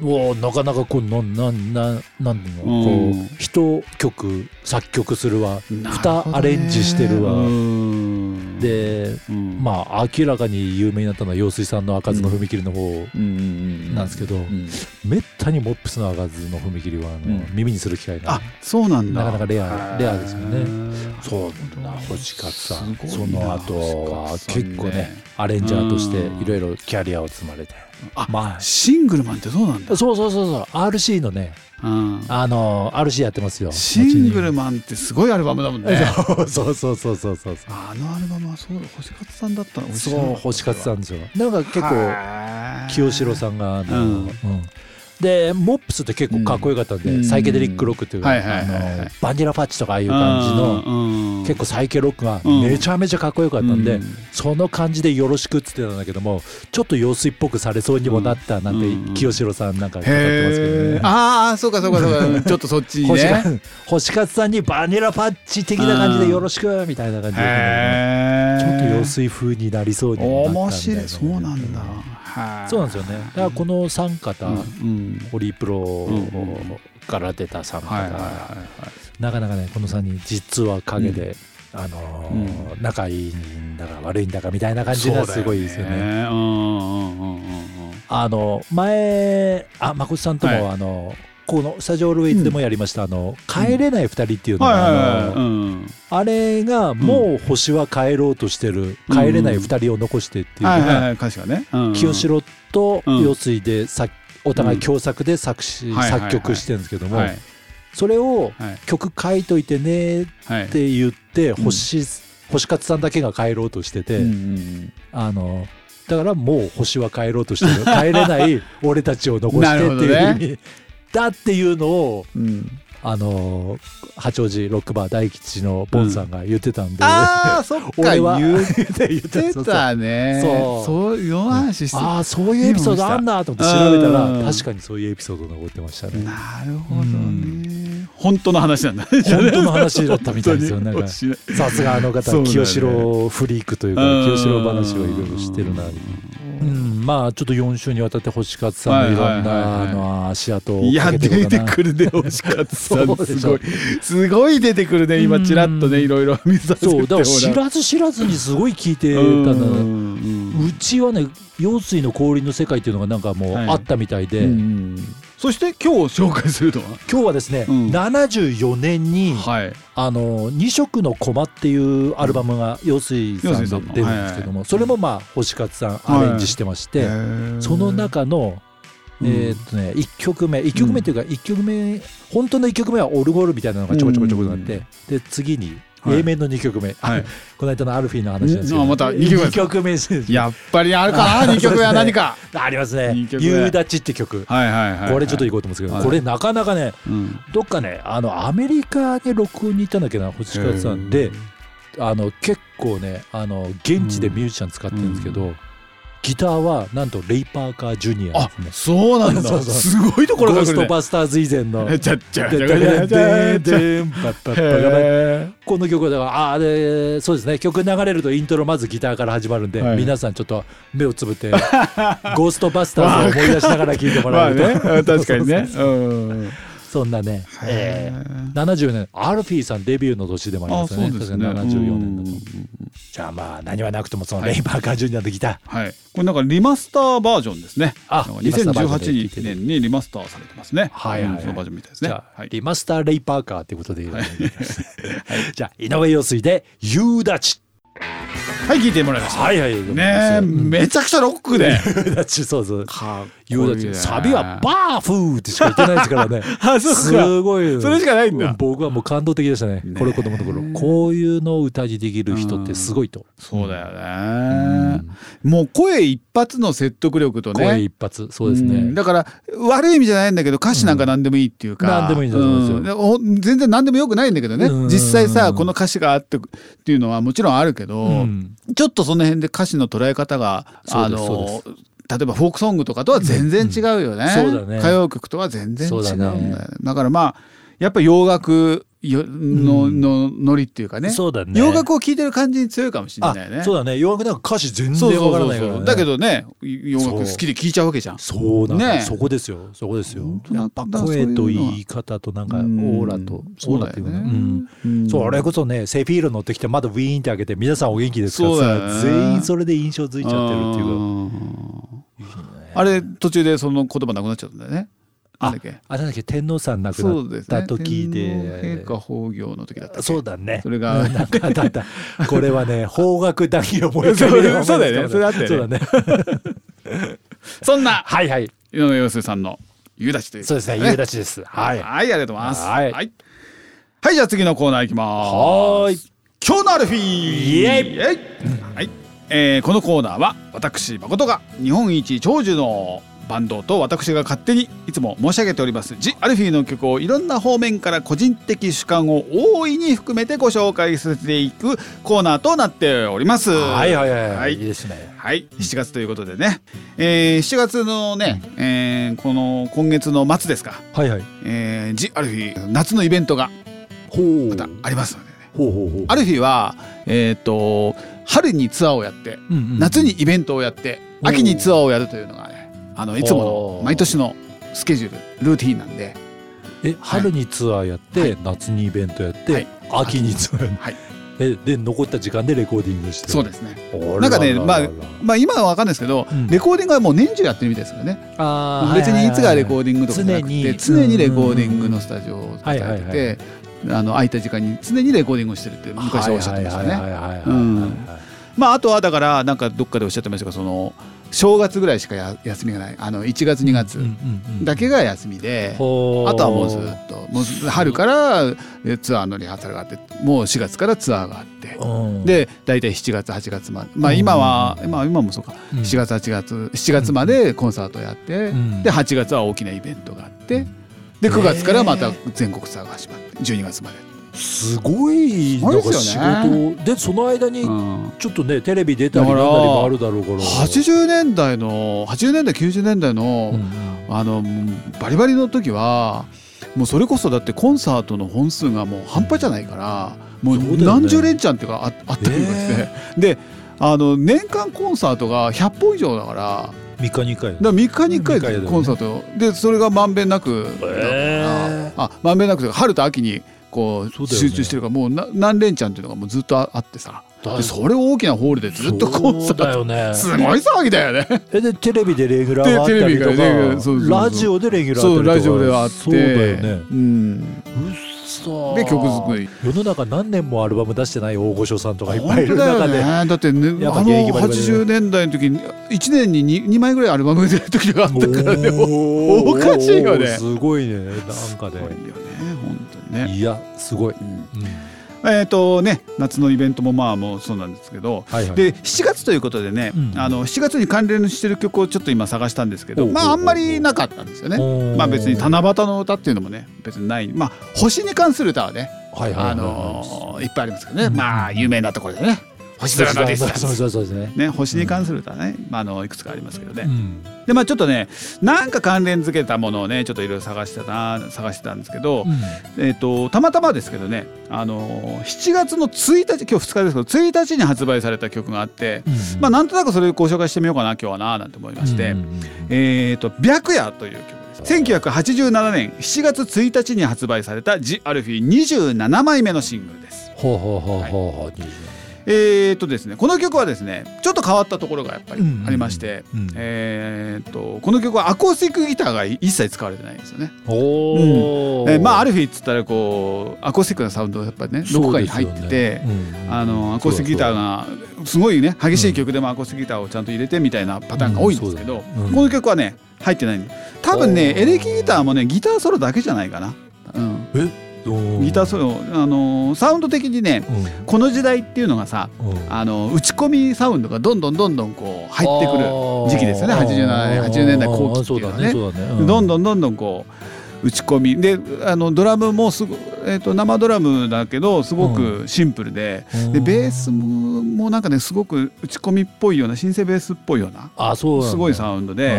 い
もうなかなかこうなんなんなんなんていうの
うん
こう一曲作曲するわ
なるほどね
二アレンジしてるわ
うん
で
うん
まあ明らかに有名になったのは陽水さんの開かずの踏切の方
うんうんうん
なんですけど、
うん
めったにモップスの開かずの踏切はあの、
うん
耳にする機会が
あそうなんだ
なかなかレア
へー
レアですよね
そう
そんな星勝さん
す
そ
ごいな
の後は
星勝さんね
結構ねアレンジャーとしていろいろキャリアを積まれて
あ
まあ
シングルマンってそうなんだ
そうそうそうそう RC のね
うん
あの RC やってますよ
シングルマンってすごいアルバムだもんね
<laughs> そうそうそうそうそうそう
あのアルバムはそう星勝さんだったの
そう星勝さんですよなんか結構
構
清志郎さんがあの、
う
うんんでモップスって結構かっこよかったんで、
うん
サイケデリックロックっていうか、
はいはいはいはい
あのバニラファッチとかああいう感じの、
の
結構サイケロックが
うん
めちゃめちゃかっこよかったんで、
うん
その感じでよろしくっつってたんだけどもちょっと様子っぽくされそうにもなったなんて、
うん
清志郎さんなんか語ってますけど
へー。
ね
ああそうかそうかそうかちょっとそっちに
星
ね
勝星勝さんにバニラパッチ的な感じでよろしくみたいな感じで、
へ
ちょっと
様
様
子
水風になりそうにもなったんだよ
面
ね
白いそうなんだは
そうなんですよねだからこの三方、
うん
ホリプロ
うん
から出た三方、
はいはいはいはい
なかなかねこの三人実は陰で、あのー仲いいんだか悪いんだかみたいな感じがすごいですよ
う
ね
んうんうんうん
あの前あまこさんとも、
はい
あのこのスタジオルウェイズでもやりました、あの帰れない二人っていうの
はいはい
が、
はい
あの
うん
あれがもう星は帰ろうとしてる、
うん
帰れない二人を残してっていうのが、
はいはいはい歌詞がねうん
清志郎と
うん
陽水で作お互い共作で作詞、
んはいはいはい
作曲してるんですけども、
はい
それを
はい
曲書いといてねっ
はい
て言って
うん
星,、星勝さんだけが帰ろうとしてて、
うんうん
あのだからもう星は帰ろうとして
<laughs>
る帰れない俺たちを残してって
なる
いう
ほど
意味、だっていうのを
うんうん
あの八王子ロックバー大吉のボンさんが言ってたんで、
ああそっか
俺は
言っ
<laughs>
て
言ってそうそう
たね
そう
そういう話してた
ああそういうエピソードあんなと思って調べた
うん
ら確かにそういうエピソードが起こってましたね
なるほどね。本当の話なんだ。本
本当の話だったみたいですよね
<laughs> 当に面白い
さすがあの
そう
方
だね
清志郎フリークというか
うん
清志郎話をいろいろしてるなうんまあちょっと4週にわたって星勝さんのいろん
はいはいはい
な
はい
あの足跡を
いや
かけて
出
いこう
て
かな
くるね星勝さ
<laughs> そ
ん
うで
す
し
ご
ょ
いすごい出てくるね今ちらっとね
うん
いろいろ見させて
そう
も
だからら知らず知らずにすごい聞いてたんだ
う
ね
ん
うちはね陽水の氷の世界っていうのがなんかもう
はい
あったみたいで、
うんそして今日紹介するのは
今日はですね、
うん
74年に、
はい
あの二色の駒っていうアルバムが陽水さん
陽水
で
さ
出
ん
る
の
んですけども、それもまあ星勝さんアレンジしてまして、その中の、
うん
えーっとね1曲目1曲目っていうか1曲目、本当の1曲目はオルゴールみたいなのがちょこちょこちょこなって、で次に
はい
A 面の2曲目、
はい
<laughs> この間のアルフィーの話なんですけ
うん
ど、
あまた二曲目
二曲目です
やっぱりあるかな二曲目は何か
ありますね
二
「
曲目
夕立」って曲、
はいはいはい
これちょっと行こうと思うんですけど、
はい
これなかなかね
うん
どっかねあのアメリカに録音に行ったんだっけな星川さんであの結構ねあの現地でミュージシャン使ってるんですけど、ギターはなんとレイ・パーカージュニア
あ
ですね
そうなん
そ
だ
うそう
すごいところ
ゴ
が
ー
来
ス
る
ト
ね。
バスターズ以前の
ちゃっちゃ
で
ち
で
ゃ
で
ちゃちゃ
で
ちゃ
でんパッパッパッパ
へー
この曲だからあーでそうですね曲流れるとイントロまずギターから始まるんで、
はい
皆さんちょっと目をつぶって「ゴーストバスターズ」を思い出しながら聴いて
ま
もら
あ
えると
ね、確かにね。うん
そんなね、えー、70年アルフィーさんデビューの年でもありますよね
あそうですね
確か74年だと
うん
じゃあまあ何はなくともそのレイバーカージュニアでギター、
はい、これなんかリマスターバージョンですね。
あ
なんか
リマスターバージョンで聞いて
2018
る
年にリマスターされてますね。
はいはいは
う
い
んそのバージョンみたいです
じ
ね。
ゃあ、
はい、
リマスターレイパーカーってことでいいのねじゃあ井上陽水で「夕立ち
はい、聞いてもらいま」した。
はいはい
ねえ、めちゃくちゃロックで。
夕立ちそうそう
かっこいいね
夕立ちサビは「バーフー」ってしか言ってないですから <laughs> ね
あそうか
すごいよ
それしかないんだ
僕はもう感動的でしたねこれ子供の頃こういうのを歌にできる人ってすごいと
そうだよね。もう声一発の説得力とね。
声一発そうです
うん
ね
だから悪い意味じゃないんだけど歌詞なんか何でもいいっていうか、
うん何でもいいんだと思いますよ
んでお全然何でもよくないんだけどね、
うん
実際さこの歌詞があってっていうのはもちろんあるけど、
うん
ちょっとその辺で歌詞の捉え方が
そう
あ
です
の例えばフォークソングとかとは全然違うよね,、
うんそうだね
歌謡曲とは全然違うんだよ
そうだ
ね
ね
だからまあやっぱ洋楽よの,、のノリっていうかね
そうだね
洋楽を聴いてる感じに強いかもしれ
あ
ないよね。
そうだね洋楽なんか歌詞全
そう
然
そ
わ
う
から
そう
ないか
そ
ら
う
ね
だけどね洋楽好きで聴いちゃうわけじゃん。
そうなんだ、
ねえ
そこですよそこですよ
本当だ
やっぱ
だからそういう
声
のは
と言い方となんかオーラと
うん
そうだっていうかね
そうだよね
うんそうあれこそねセフィール乗ってきてまだウィーンって開けて皆さんお元気ですか
そうだよ
さ
ね
全員それで印象づいちゃってるっていうか
あーあれ途中でその言葉なくなっちゃったんだよね。なんだっけ。
あれだっけ天皇さん亡く
そう
なっ
ですね。
た時で
天皇陛下崩御の時だったっけ。
そうだね
それが
<laughs> なんかあったあったこれ
<laughs>
はね邦楽談義を思い浮
そう
かべれば
そうだよねそれあったよね
そうだね
そんな
はいはい
井上陽水さんの夕立ちというこ
そ
と
う
で
です
すね。
ね夕立ちですは
はいい。ありがとうございます。
は
はいい。はい。じゃあ次のコーナーいきます。
はーい
今日のアルフィー
イエイ
はい、えーこのコーナーは私誠が日本一長寿のバンドと私が勝手にいつも申し上げておりますジ・アルフィーの曲をいろんな方面から個人的主観を大いに含めてご紹介させていくコーナーとなっております。
はいはいはいは
はいい
いいですね
はい、7月ということでね、えー7月のね、えーこの今月の末ですか、
はいはい
えー、ジ・アルフィー夏のイベントが
ほう
またありますのでね、
ほうほうほう
アルフィーは、えー、と春にツアーをやって
うんうん
夏にイベントをやって
おー
秋にツアーをやるというのがねあのいつも
お
の
ー
毎年のスケジュールルーティンなんで
え春にツアーやって、夏にイベントやって、
はい
秋にツアーやって、
はい
えで残った時間でレコーディングして
そうですねな
な
んかねまあまあ今は分かんないですけど、
うん
レコーディングはもう年中やってるみたいですよね、
あ
別にいつがレコ
ー
ーディングとかじゃなくて
はいはいはい
常にレコーディングのスタジオを使ってて、
うんはいはいはい
あの空いた時間に常にレコーディングをしてるって昔はおっしゃってましたね。うん
ね
まあ、あとはだからなんかどっかでおっしゃってましたがその正月ぐらいしかや休みがないあの1月2月だけが休みで、あとはもうずっともうず春からえツアーのリハーサルがあってもう4月からツアーがあって
と
で大体7月8月までまあ今は、まあ、今もそうか
うん
4月8月7月までコンサートやって、
うん
で8月は大きなイベントがあってで9月からまた全国ツアーが始まって12月まで。
すごい
すご
ないん
で
か
す
仕
よね
事でその間に
うん
ちょっとねテレビ出たりなんだりもあるだろうから
80年代の80年代90年代の、
うん
あのもうバリバリの時はもうそれこそだってコンサートの本数がもう半端じゃないからもう
そうだよね
何十連チャンっていうかああったりとかして、であの年間コンサートが100本以上だから
三日二回
だから3日に1
三日だよ
回
ね
コンサート、でそれがまんべんなく、
へー
あまんべんなくというか春と秋にこ
そう
う
だよね
集中してるからもうな何連チャンっていうのがもうずっとああってさ
だよ
でそれを大きなホールでずっとコンサ
そう
ー
だ
ト、
よね
すごい騒ぎだよね。
えでテレビでレギュラーがあったりと
でテレビがレギュラーそうそうそう
かラジオでレギュラー
そう
あった
ラ
りとか
ジオではあって
そうだよね
うん、
そ
で曲作り
世の中何年もアルバム出してない大御所さんとかいっぱいいる中で、
ね、だって、ね、
やっぱ
あの
現役バリバリで
80年代の時に1年に 2, 枚ぐらいアルバム出る時があったからね多お
おー
かしいよね
すごいねなんか
いよね
ね
本当にね。
いやすごい、
うん
うん
えっ、とね夏のイベントもまあもうそうなんですけど、
はいはい
で7月ということでね、
うん
あの7月に関連してる曲をちょっと今探したんですけど、
おう
ま
おう
あ
お
あ
う
んまりなかったんですよね。
おー
まあ別に七夕の歌っていうのもね別にないまあ星に関する歌はね、
はいはいはいはい
あのーいっぱいありますけどね、まあ有名なところでね星空のディスタンス
そうそうそうですね
ね、星に関する歌ね、まあ、あのいくつかありますけどね、
うん
でまあちょっとねなんか関連付けたものをねちょっといろいろ探してたな探してたんですけど、えっとたまたまですけどねあの7月の1日今日2日ですけど1日に発売された曲があって、まあなんとなくそれをご紹介してみようかな今日はななんて思いまして「
うん
えっと白夜」という曲です1987年7月1日に発売された「ジ・アルフィ27枚目のシングルです。
ほうほうほうほうほういいね
えーっとですねこの曲はですねちょっと変わったところがやっぱりありまして、
うん
えーっとこの曲はアコースティックギターが一切使われてないんですよね。
おー
えーまあアルフィーっつったらこうアコースティックなサウンドがやっぱりねどこかに入って
そ
て、
うですよねうん
あのアコースティックギターがすごいね激しい曲でもアコースティックギターをちゃんと入れてみたいなパターンが多いんですけど、
うんそうだねうん
この曲はね入ってないんで多分ね
おー
エレキギターもねギターソロだけじゃないかな、う
お
ん、ギターソロ、あのーサウンド的にね
うん
この時代っていうのがさ、
うん
あの打ち込みサウンドがどんどんどんどんこう入ってくる時期ですよね
あ
87
ー
年80年代後期っていうのはね
あーそうだねそうだね、
どんど
ん
んどんどんこう打ち込みであのドラムもすご、えー、と生ドラムだけどすごくシンプルで,、
うん
でベースももなんかねすごく打ち込みっぽいようなシンセベースっぽいような
あそうなんだ
すごいサウンドで
打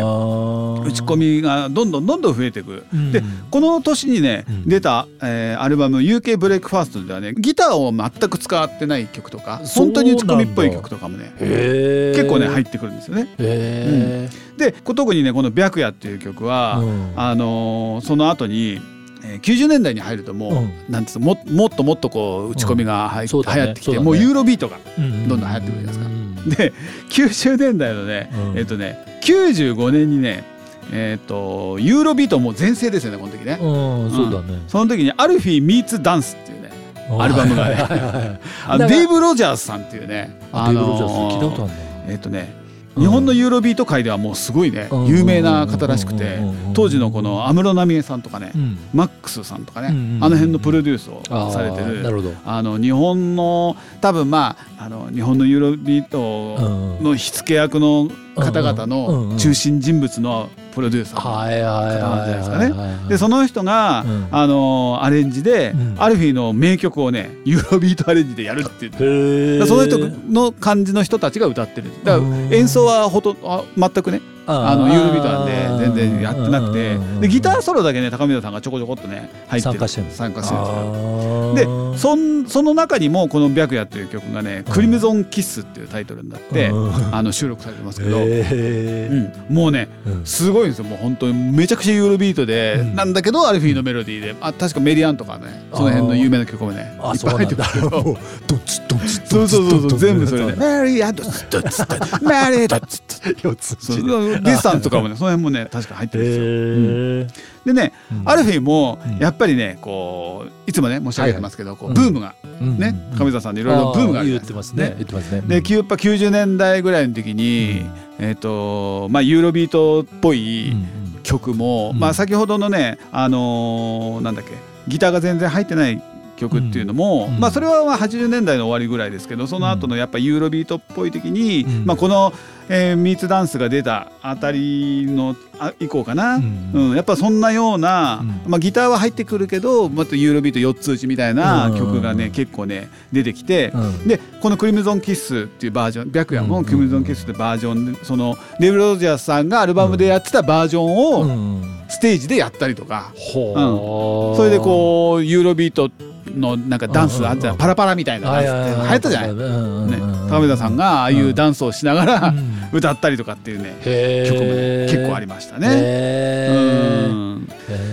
打ち込みがどんどんどんどん増えていく。
み
でこの年にね、
うん
出た、えーアルバム「UK ブレイクファースト」ではねギターを全く使ってない曲とか本当に打ち込みっぽい曲とかもね
結
結構ね入
っ
ってくるんですよね。
へ
で特にねこの「白夜」っていう曲
ー
は、
うん
あのーその後に、えー90年代に入るともう、
うん
なんつうのももっともっとこう打ち込みが入っ、
そうだね
流行ってきて、
そうだね
もうユーロビートが
うん
どんどん流行ってくるじゃない
うん
で90年代のね、
うん
えっ、とね95年にねえっ、とユーロビートもう全盛ですよねこの時ね、
うんそうだね
その時に「アルフィー・ミーツ・ダンス」っていうねアルバムがね
はいはいはい
あの
だから
デイブ・ロジャースさんっていうね
あデイブ・ロジャース聞いたことあ
あのー
るね
えっ、とね
うん
日本のユーロビート界ではもうすごいね、
うん
有名な方らしくて
うんうんうんうん
当時のこの安室奈美恵さんとかね、
うん
マックスさんとかね、
うんうんうん
あの辺のプロデュースをされて
あー
る
なるほど
あの日本の多分まああの日本のユーロビート
うん
の火付け役の方々
うんうん
の中心人物のプロデューサー、
はいはいはいはいはい
でその人が、
うん
あのアレンジで、
うん
アルフィーの名曲をねユーロビートアレンジでやるっていう。
へー
だからその人の感じの人たちが歌ってるだから演奏はほとんどあ全くねあのユーロビートなんで全然やってなくてでギターソロだけね高見田さんがちょこちょこっとね入って
参加してるんです
参加してるんですよ
ー
でそんその中にもこの「白夜」という曲がね「クリムゾン・キス」っていうタイトルになって、
うん
あの収録されてますけど、
へ
う
ー
ん、もうね
うん
すごいんですよもう本当にめちゃくちゃユーロビートで、
うん
なんだけどアルフィーのメロディーであ確かメリアンとかねその辺の有名な曲もねいっ
あ
ぱい
そう
入
な
っ
ん
て
だ
ますけど。
もうドンツドンツ
そうそうそうそう全部それ
で
ね。メリーアドツドツ <laughs> ドツメリードツドツ
四つ
そうデッサンとかもねその辺もね確か入ってるんですよ。
へ
でねアル
日
フィーも
うん
やっぱりねこういつもね申し上げてますけどこ
う
うんブームがね上
い
座さんでいろいろブームがあるじゃない
言って
で
ますす
か
ね言ってますね
できゅやっぱ90年代ぐらいの時に、えっ、とまあユーロビートっぽい曲も、
うん
まあ先ほどのねあのーなんだっけギターが全然入ってない曲っていうのも、
うんうん
まあそれはまあ80年代の終わりぐらいですけどその後のやっぱユーロビートっぽい時に、
うん
まあこの、えーミーツダンスが出たあたりのあ以降かな、うん、やっぱそんなような、
うん
まあ、ギターは入ってくるけどまたユーロビート4つ打ちみたいな曲がね、
うん
結構ね出てきて、
うん
でこの「クリムゾン・キッス」っていうバージョン白夜
う
の「
ん
クリムゾン・キッス」ってバージョンでそのレイブ・ロジャースさんがアルバムでやってたバージョ
う
ンを
ん
ステージでやったりとか、
ほ
それでこうユーロビートのなんかダンスあった
うんうんうん
パラパラみたいなダンスって流行ったじゃない、ね、高見田さんがああいうダンスをしながら、歌ったりとかっていうね曲もね結構ありましたね。うん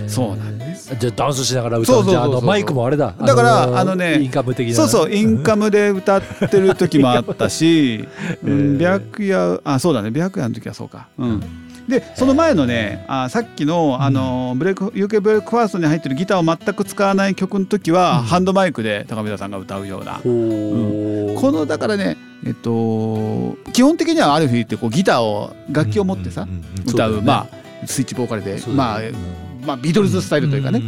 そうなんです
じゃダンスしながら歌うじゃあのマイクもあれだインカム的な
そうそうインカムで歌ってる時もあった <laughs> し、うん、白夜あそうだね白夜の時はそうかうんでその前のねあさっきのあのブレイク UK ブレイクファーストに入ってるギターを全く使わない曲の時は、ハンドマイクで高見田さんが歌うような、このだからねえっと基本的にはアルフィーってこうギターを楽器を持ってさ、歌うまあスイッチボーカルで、まあ、まあビートルズスタイルというかね、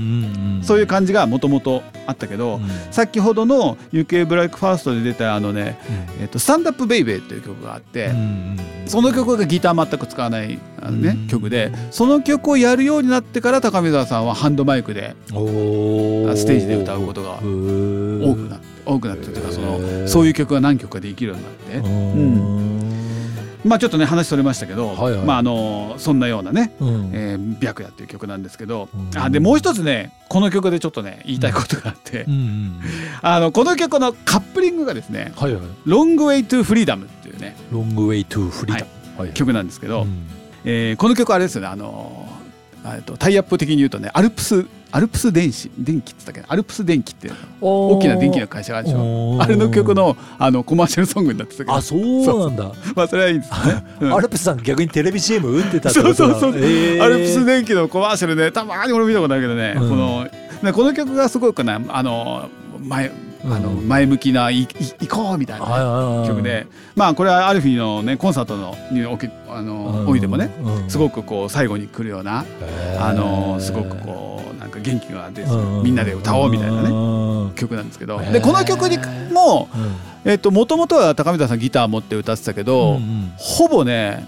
そういう感じがもともとあったけど、先ほどの UK ブレイクファーストで出たあのね「えっとスタンダップベイベー」という曲があって、その曲がギター全く使わないあの、ね
うん
曲でその曲をやるようになってから高見沢さんはハンドマイクでステージで歌うことが多
多
くなって。多くなってというかそ
へ
の
ー
そういう曲が何曲かできるようになって、まあちょっとね話それましたけど、
はいはい
まああのそんなようなね「
うん
えー、白夜」っていう曲なんですけど、
うん
あでもう一つねこの曲でちょっとね言いたいことがあって、
うん
あのこの曲のカップリングがですね
はいはい
「ロングウェイトゥフリーダムっていうね
ロングウェイトゥフリーダム
曲なんですけど、
うん
えーこの曲あれですよねあのーえっとタイアップ的に言うとねアルプスアルプス電子電気って言ったっけなアルプス電気っていう大きな電気の会社があるでし
お
ょ
ー
あれの曲のあのコマーシャルソングになってたけど
あそうなんだ
まあそれはいいですね、うん
アルプスさん逆にテレビ CM 打ってたって
そう
こと
そう
だ
そう、
えー
アルプス電気のコマーシャルねたまーに俺見たことあるけどね、
うん
このねこの曲がすごくねあの前あの
うん
前向きないい行こうみたい
はい
な
はいはい
曲で、まあこれはアルフィーのねコンサートのにおけあの、おいでもね、
うん
すごくこう最後に来るような、
へー
あのすごくこうなんか元気が出て、
うん
みんなで歌おうみたいな
う
ね
ん
曲なんですけど、
へー
でこの曲にも
うん
えっと元々は高見沢さんギター持って歌ってたけど、
うん
ほぼね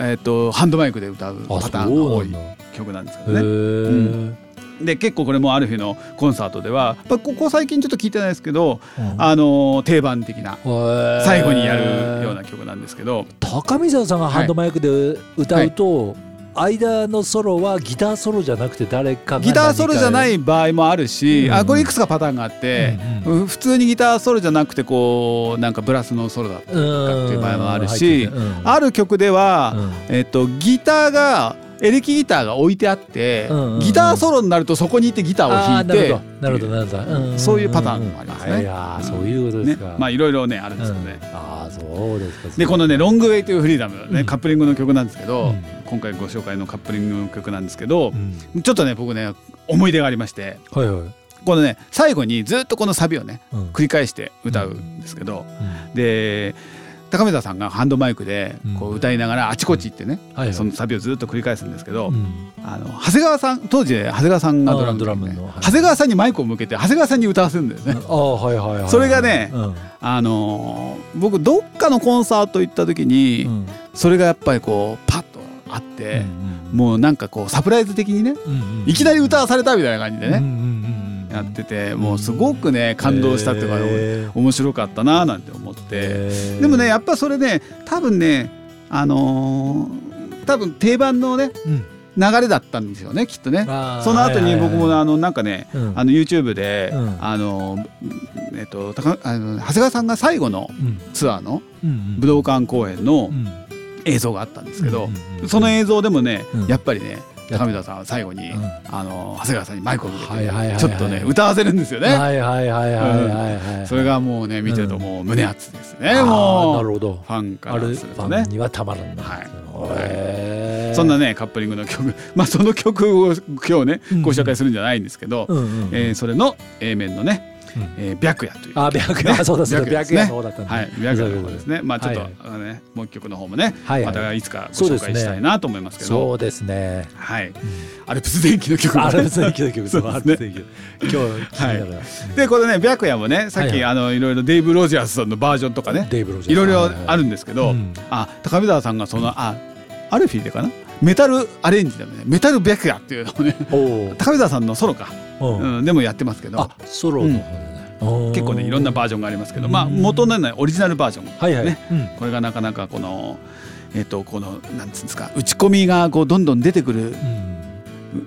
う、ん
えっとハンドマイクで歌う
あ
パターンが多
そうなん
い
だ
曲なんですけ
へ
どね。
ー
うんで結構これもある日のコンサートでは、まあ、ここ最近ちょっと聞いてないですけど、
うん
あの定番的な
へー
最後にやるような曲なんですけど、
高見沢さんがハンドマイクで歌うと、間のソロはギターソロじゃなくて誰かが
ギターソロじゃないい場合もあるし、
うん
あこれいくつかパターンがあって、
う
う
ん
ん普通にギターソロじゃなくてこうなんかブラスのソロだったりとかっていう場合もあるし、ある曲では、えっと、ギターがエレキギターが置いてあって、
うんうんうん
ギターソロになるとそこにいてギターを弾いて
あーなるほどなるほどなるほど、んんん
そういうパターンもありますね
いやーそういうことです
ね
か、
まあいろいろねあるんですよね。
うんああそうですか
でこのね「ロングウェイというフリーダム、ね
うん
カップリングの曲なんですけど、
うん
今回ご紹介のカップリングの曲なんですけど
う、ん
ちょっとね僕ね思い出がありまして
はいはい、
このね最後にずっとこのサビをね
うん
繰り返して歌うんですけど、で高見沢さんがハンドマイクでこ
う
うん歌いながらあちこち行ってね、
はいはい
そのサビをずっと繰り返すんですけど、
うん
あの長谷川さん当時ね長谷川さんがドラム,、ね、
あードラムのはい
長谷川さんにマイクを向けて長谷川さんに歌わせるんだよね。
ああはいはいはいはい
それがね
うん
あのー僕どっかのコンサート行った時に、
うん
それがやっぱりこうパッとあって、もうなんかこうサプライズ的にね
うんうんうん
いきなり歌わされたみたいな感じで
うん
ね、
うんうん
やっててもうすごくね感動したっていうか、
へー
面白かったななんて思って、
へー
でもねやっぱそれね多分ねあのー多分定番のね
うん
流れだったんですよねきっとね。
あー
その後に僕も
はいはいはい
あのなんかね、
うん
あの YouTube で、
うん
あのえっと高あの長谷川さんが最後の
うん
ツアーの
うんうん
武道館公演の
うん
映像があったんですけど、
うんうんうん
その映像でもね、
うん
やっぱりね
やっ
高見田さんは最後に、
うん
あの長谷川さんにマイクを向けて、
はいはいはいはい
ちょっとね歌わせるんですよね、
はいはいはいはいはいはい、
それがもうね見てるともう胸熱ですね、
あー
も
な
う
るほど
ファンか
あ
ら
る
す
フ
ると
ァ
ね
ンにはたまらんな、
はい
へー
そんなねカップリングの曲 <laughs> まあその曲を今日ね
うん
ご紹介するんじゃないんですけど、
うんうん、
えーそれの A 面のね
うん
「えー白夜」という。
あ白夜、そうだそうだ白
ね
夜の方だったんだ
はい、白夜の方ですね。まあちょっと、
はいはい
あのね、もう一曲の方もね、
はいはい
またいつかご
そう
紹
です
介
ね
したいなと思いますけど、
そうですね
はい、アルプス電気の曲も
ア
ね
ルプス電気の曲
そう
そうアルプ
で
ス
すね
電気の曲今日聞きながら、
でこのね白夜もねさっき、
はいはい
いあのいろいろデイブ・ロジャースさんのバージョンとかね
デイブロジャース
いろいろ
はいはい
あるんですけど、
うん
あ高見沢さんがそのあアルフィーでかなメタルアレンジだねメタル白夜っていうのをね
お
高見沢さんのソロか、
お、うん
うん、でもやってますけど
あソロの方だね、おー
結構ねいろんなバージョンがありますけど、まあ元のねオリジナルバージョン、
はいはい、
ね
うん
これがなかなかこのえっとこのなんつうんですか打ち込みがこうどんどん出てくる
うん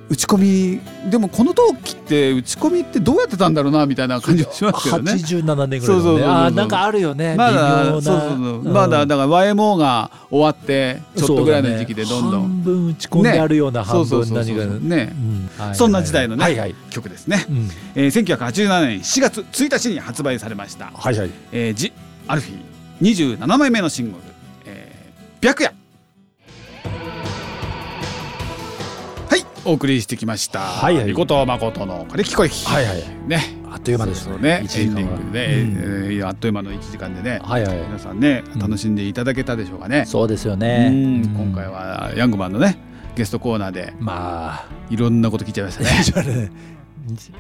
打ち込みでもこの同期って打ち込みってどうやってたんだろうなみたいな感じがしますけどね。
87年ぐらい
そうそ
の
うそう
ね
そう
あーなんかあるよね
まだ
微妙
そう
な
そうそう、まだだから YMO が終わってちょっとぐらいの時期でどんど
そうだね半
ん
分打ち込んであるような半
そう
分
そうそ
何
う
が
そう
う
ね、
んはい
そんな時代のね、
はいはい
曲ですね
う、ん
えー、1987年4月1日に発売されました
はいはい
「えー、ジ・アルフィー」27枚目のシングル「えー、白夜」はいお送りしてきました「
はいはい
みことまことのこれ聞こえき」
はいはい
ね
あっという間です
そうね、エン
一
デ
時間
ィ
は
ングでね、えーあっという間の1時間でね、
はいはい
皆さんね
うん
楽しんでいただけたでしょうかね、
そうですよ
う
ね
ん
うん
今回はヤングマンのねゲストコーナーで
まあ <laughs>
いろんなこと聞いちゃいましたね。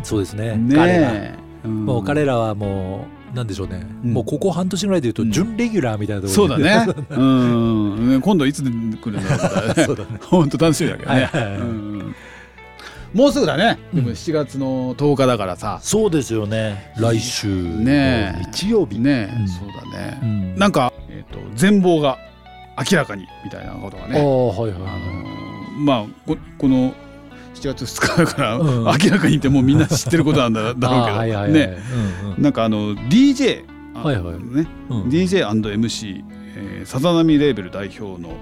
そうですね彼ら
ねえ、ん
もう彼らはもうなんでしょうね
うん
もうここ半年ぐらいでいうと
うん
準レギュラーみたいなところ
そうだね。うん、ね今度いつ来るのか、ね、
<laughs> そうだね
本当楽しみだけど
はい
ね
はいはい。
うんもうすぐだね。でも
うん
7月の10日だからさ、
そうですよね来週の
ねえ
日曜日
ね、
うん
そうだ
う
ね。
ん
なんかえっ、と全貌が明らかにみたいなことが
あ
ね。
あはいはい
あ
はい
のーまあここの7月2日だから、
うん
明らかにってもうみんな知ってることなんだだろうけど、
あーはいはいはい
ね
うんうん
なんかあの DJ、あ
はいはい
ね
うん
DJ&MC、えー、さざ波レーベル代表の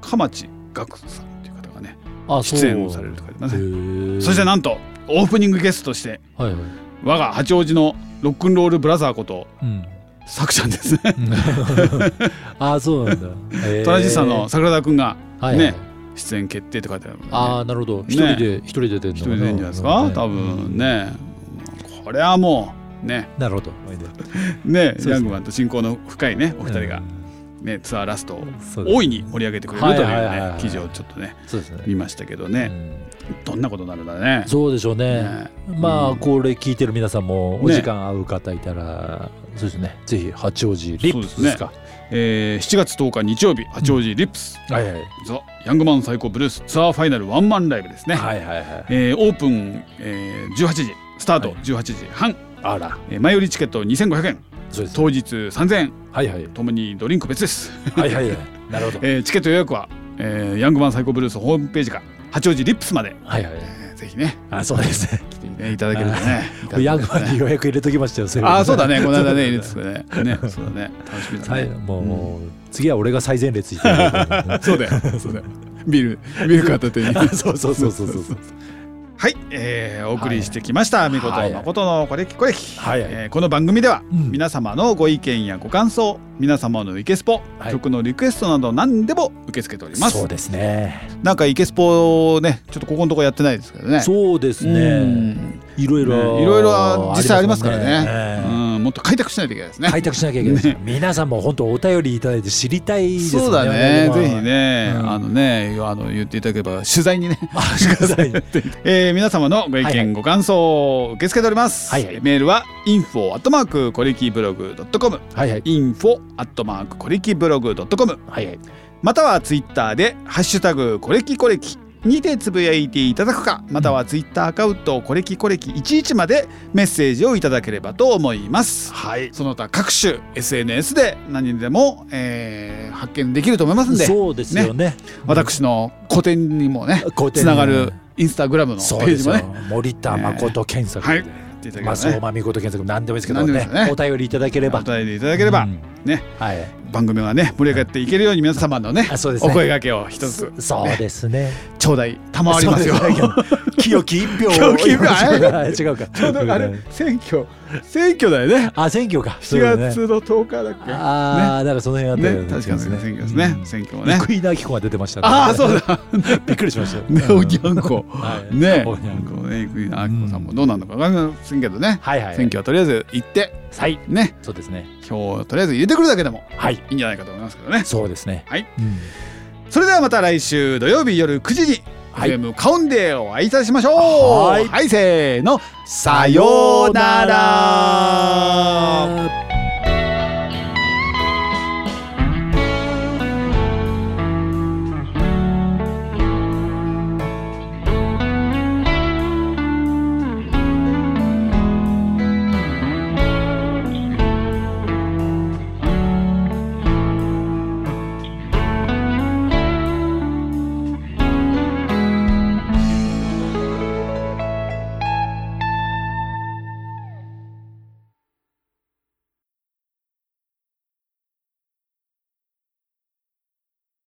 鎌地岳さんという方がね
あそう
出演をされるとか
へ
ね
ー
そしてなんとオープニングゲストとして
はいはい
我が八王子のロックンロールブラザーこと <laughs>
うん
さくちゃんですね、
ああそうなんだへー
トラジスタの桜田くんが
はいはい
ね出演決定って書いてあるもんね
ああなるほど一人で一人で出てるの
一人
か
でいいんじゃないですか、
うん
多分ね、これはもうね
なるほど
ね
すね
ヤングマンと親交の深いねお二人が、ねツアーラストを
そうです
大いに盛り上げてくれるという
はいはいはい
ね
はい
記事をちょっとね
そうですね
見ましたけどね、どんなことになるんだね
うん。そうでしょうね
ね
まあこれ聞いてる皆さんもお
ね
時間合う方いたらそうですねぜひ八王子リップスですか
えー、7月10日日曜日八王子リップス、
はいはい
ザ・ヤングマン最高ブルースツアーファイナルワンマンライブですね、
はいはいはい
えーオープン、えー、18時スタート18時半、
あら
えー前売りチケット2500円
そうです
当日3000円
はいはい
ともにドリンク別です、
はいは
<laughs>
いはいなるほど
えーチケット予約は、えーヤングマン最高ブルースホームページか八王子リップスまで、
はいはい
えーぜひね
あそうですね
来て、ね、いただけるとね
これヤングマンに予約入れときましたよそれ
ああそうだねこの間ね入れてたねねそうだね楽しみだ
は
ね、
いもうもう次は俺が最前列行ってやるからね
そうだよそうだよビールビール片手に
<laughs>
<laughs>
そうそうそうそうそうそう
はい、えーお送りしてきました「みこと
はい
誠のこれきこれき」
<laughs> はいはい
えーこの番組では
うん
皆様のご意見やご感想皆様のイケスポ、
はい
曲のリクエストなど何でも受け付けておりま
そ
す
うですね
なんかイケスポをねちょっとここのとこやってないですけどね
そうです
うん
ねいろいろ
ねいろいろ実際ありますからね
ええ
うん、もっと開拓しないといけないですね、
開拓しなきゃいけない
<laughs>
ですよ、皆さんも本当お便りいただいて知りたいですね
そうだねぜひね、
うん
あのねあの言っていただければ取材にね
あしてください
えー皆様のご意見、
はいはい
ご感想を受け付けております、
はいはい
メールは info アットマークコレキブログドットコム
はいはい
info アットマークコレキブログドットコム
はいはい
またはツイッターでハッシュタグコレキコレキにてつぶやいていただくかまたはツイッターアカウントコレキコレキ11までメッセージをいただければと思いますはいその他各種 SNS で何でも、えー発見できると思いますんで
そうですよね
私の個展にもね
古典
つながるインスタグラムのペ
そうで
ージ
す
も
よ、
ね
森田誠検索
はいやって
で、
いただければね
まあ相馬美琴検索何でもいいですけど
何で
ね
もいいですね
お便りいただければ
お答えいただければ、
うん
ね
はい
番組はね盛り上がっていけるように皆様のね
あそうです
お
ね
声掛けを一つ
そうで
<laughs>
すね
頂戴賜りますよ。
そうで清き一票を
<laughs> 清き一票あれ
あ <laughs> 違うか
ちょうどあれ選挙選挙だよね。
あ選挙か
7月の10日だっけ。
ああ、なんかその辺あった
ね
よ
ね確かにね選挙ですね、選挙もね。
生稲晃子が出てましたね。
ああそうだ。 <laughs>
びっくりしましたよ。
ねおぎゃんこ
はい
ね
おぎゃんこ
ね生稲晃子さんもどうなるのかわかりませんけどね。
はいはい。
選挙はとりあえず行って
はい。
ね
そうですね。
票をとりあえず入れてくるだけでも
はい。
いいんじゃないかと思いますけどね。
そうですね。
はい
うん。
それではまた来週土曜日夜9時に
はい
FM カウンデーを開催しましょう
はい
はいせーのさようなら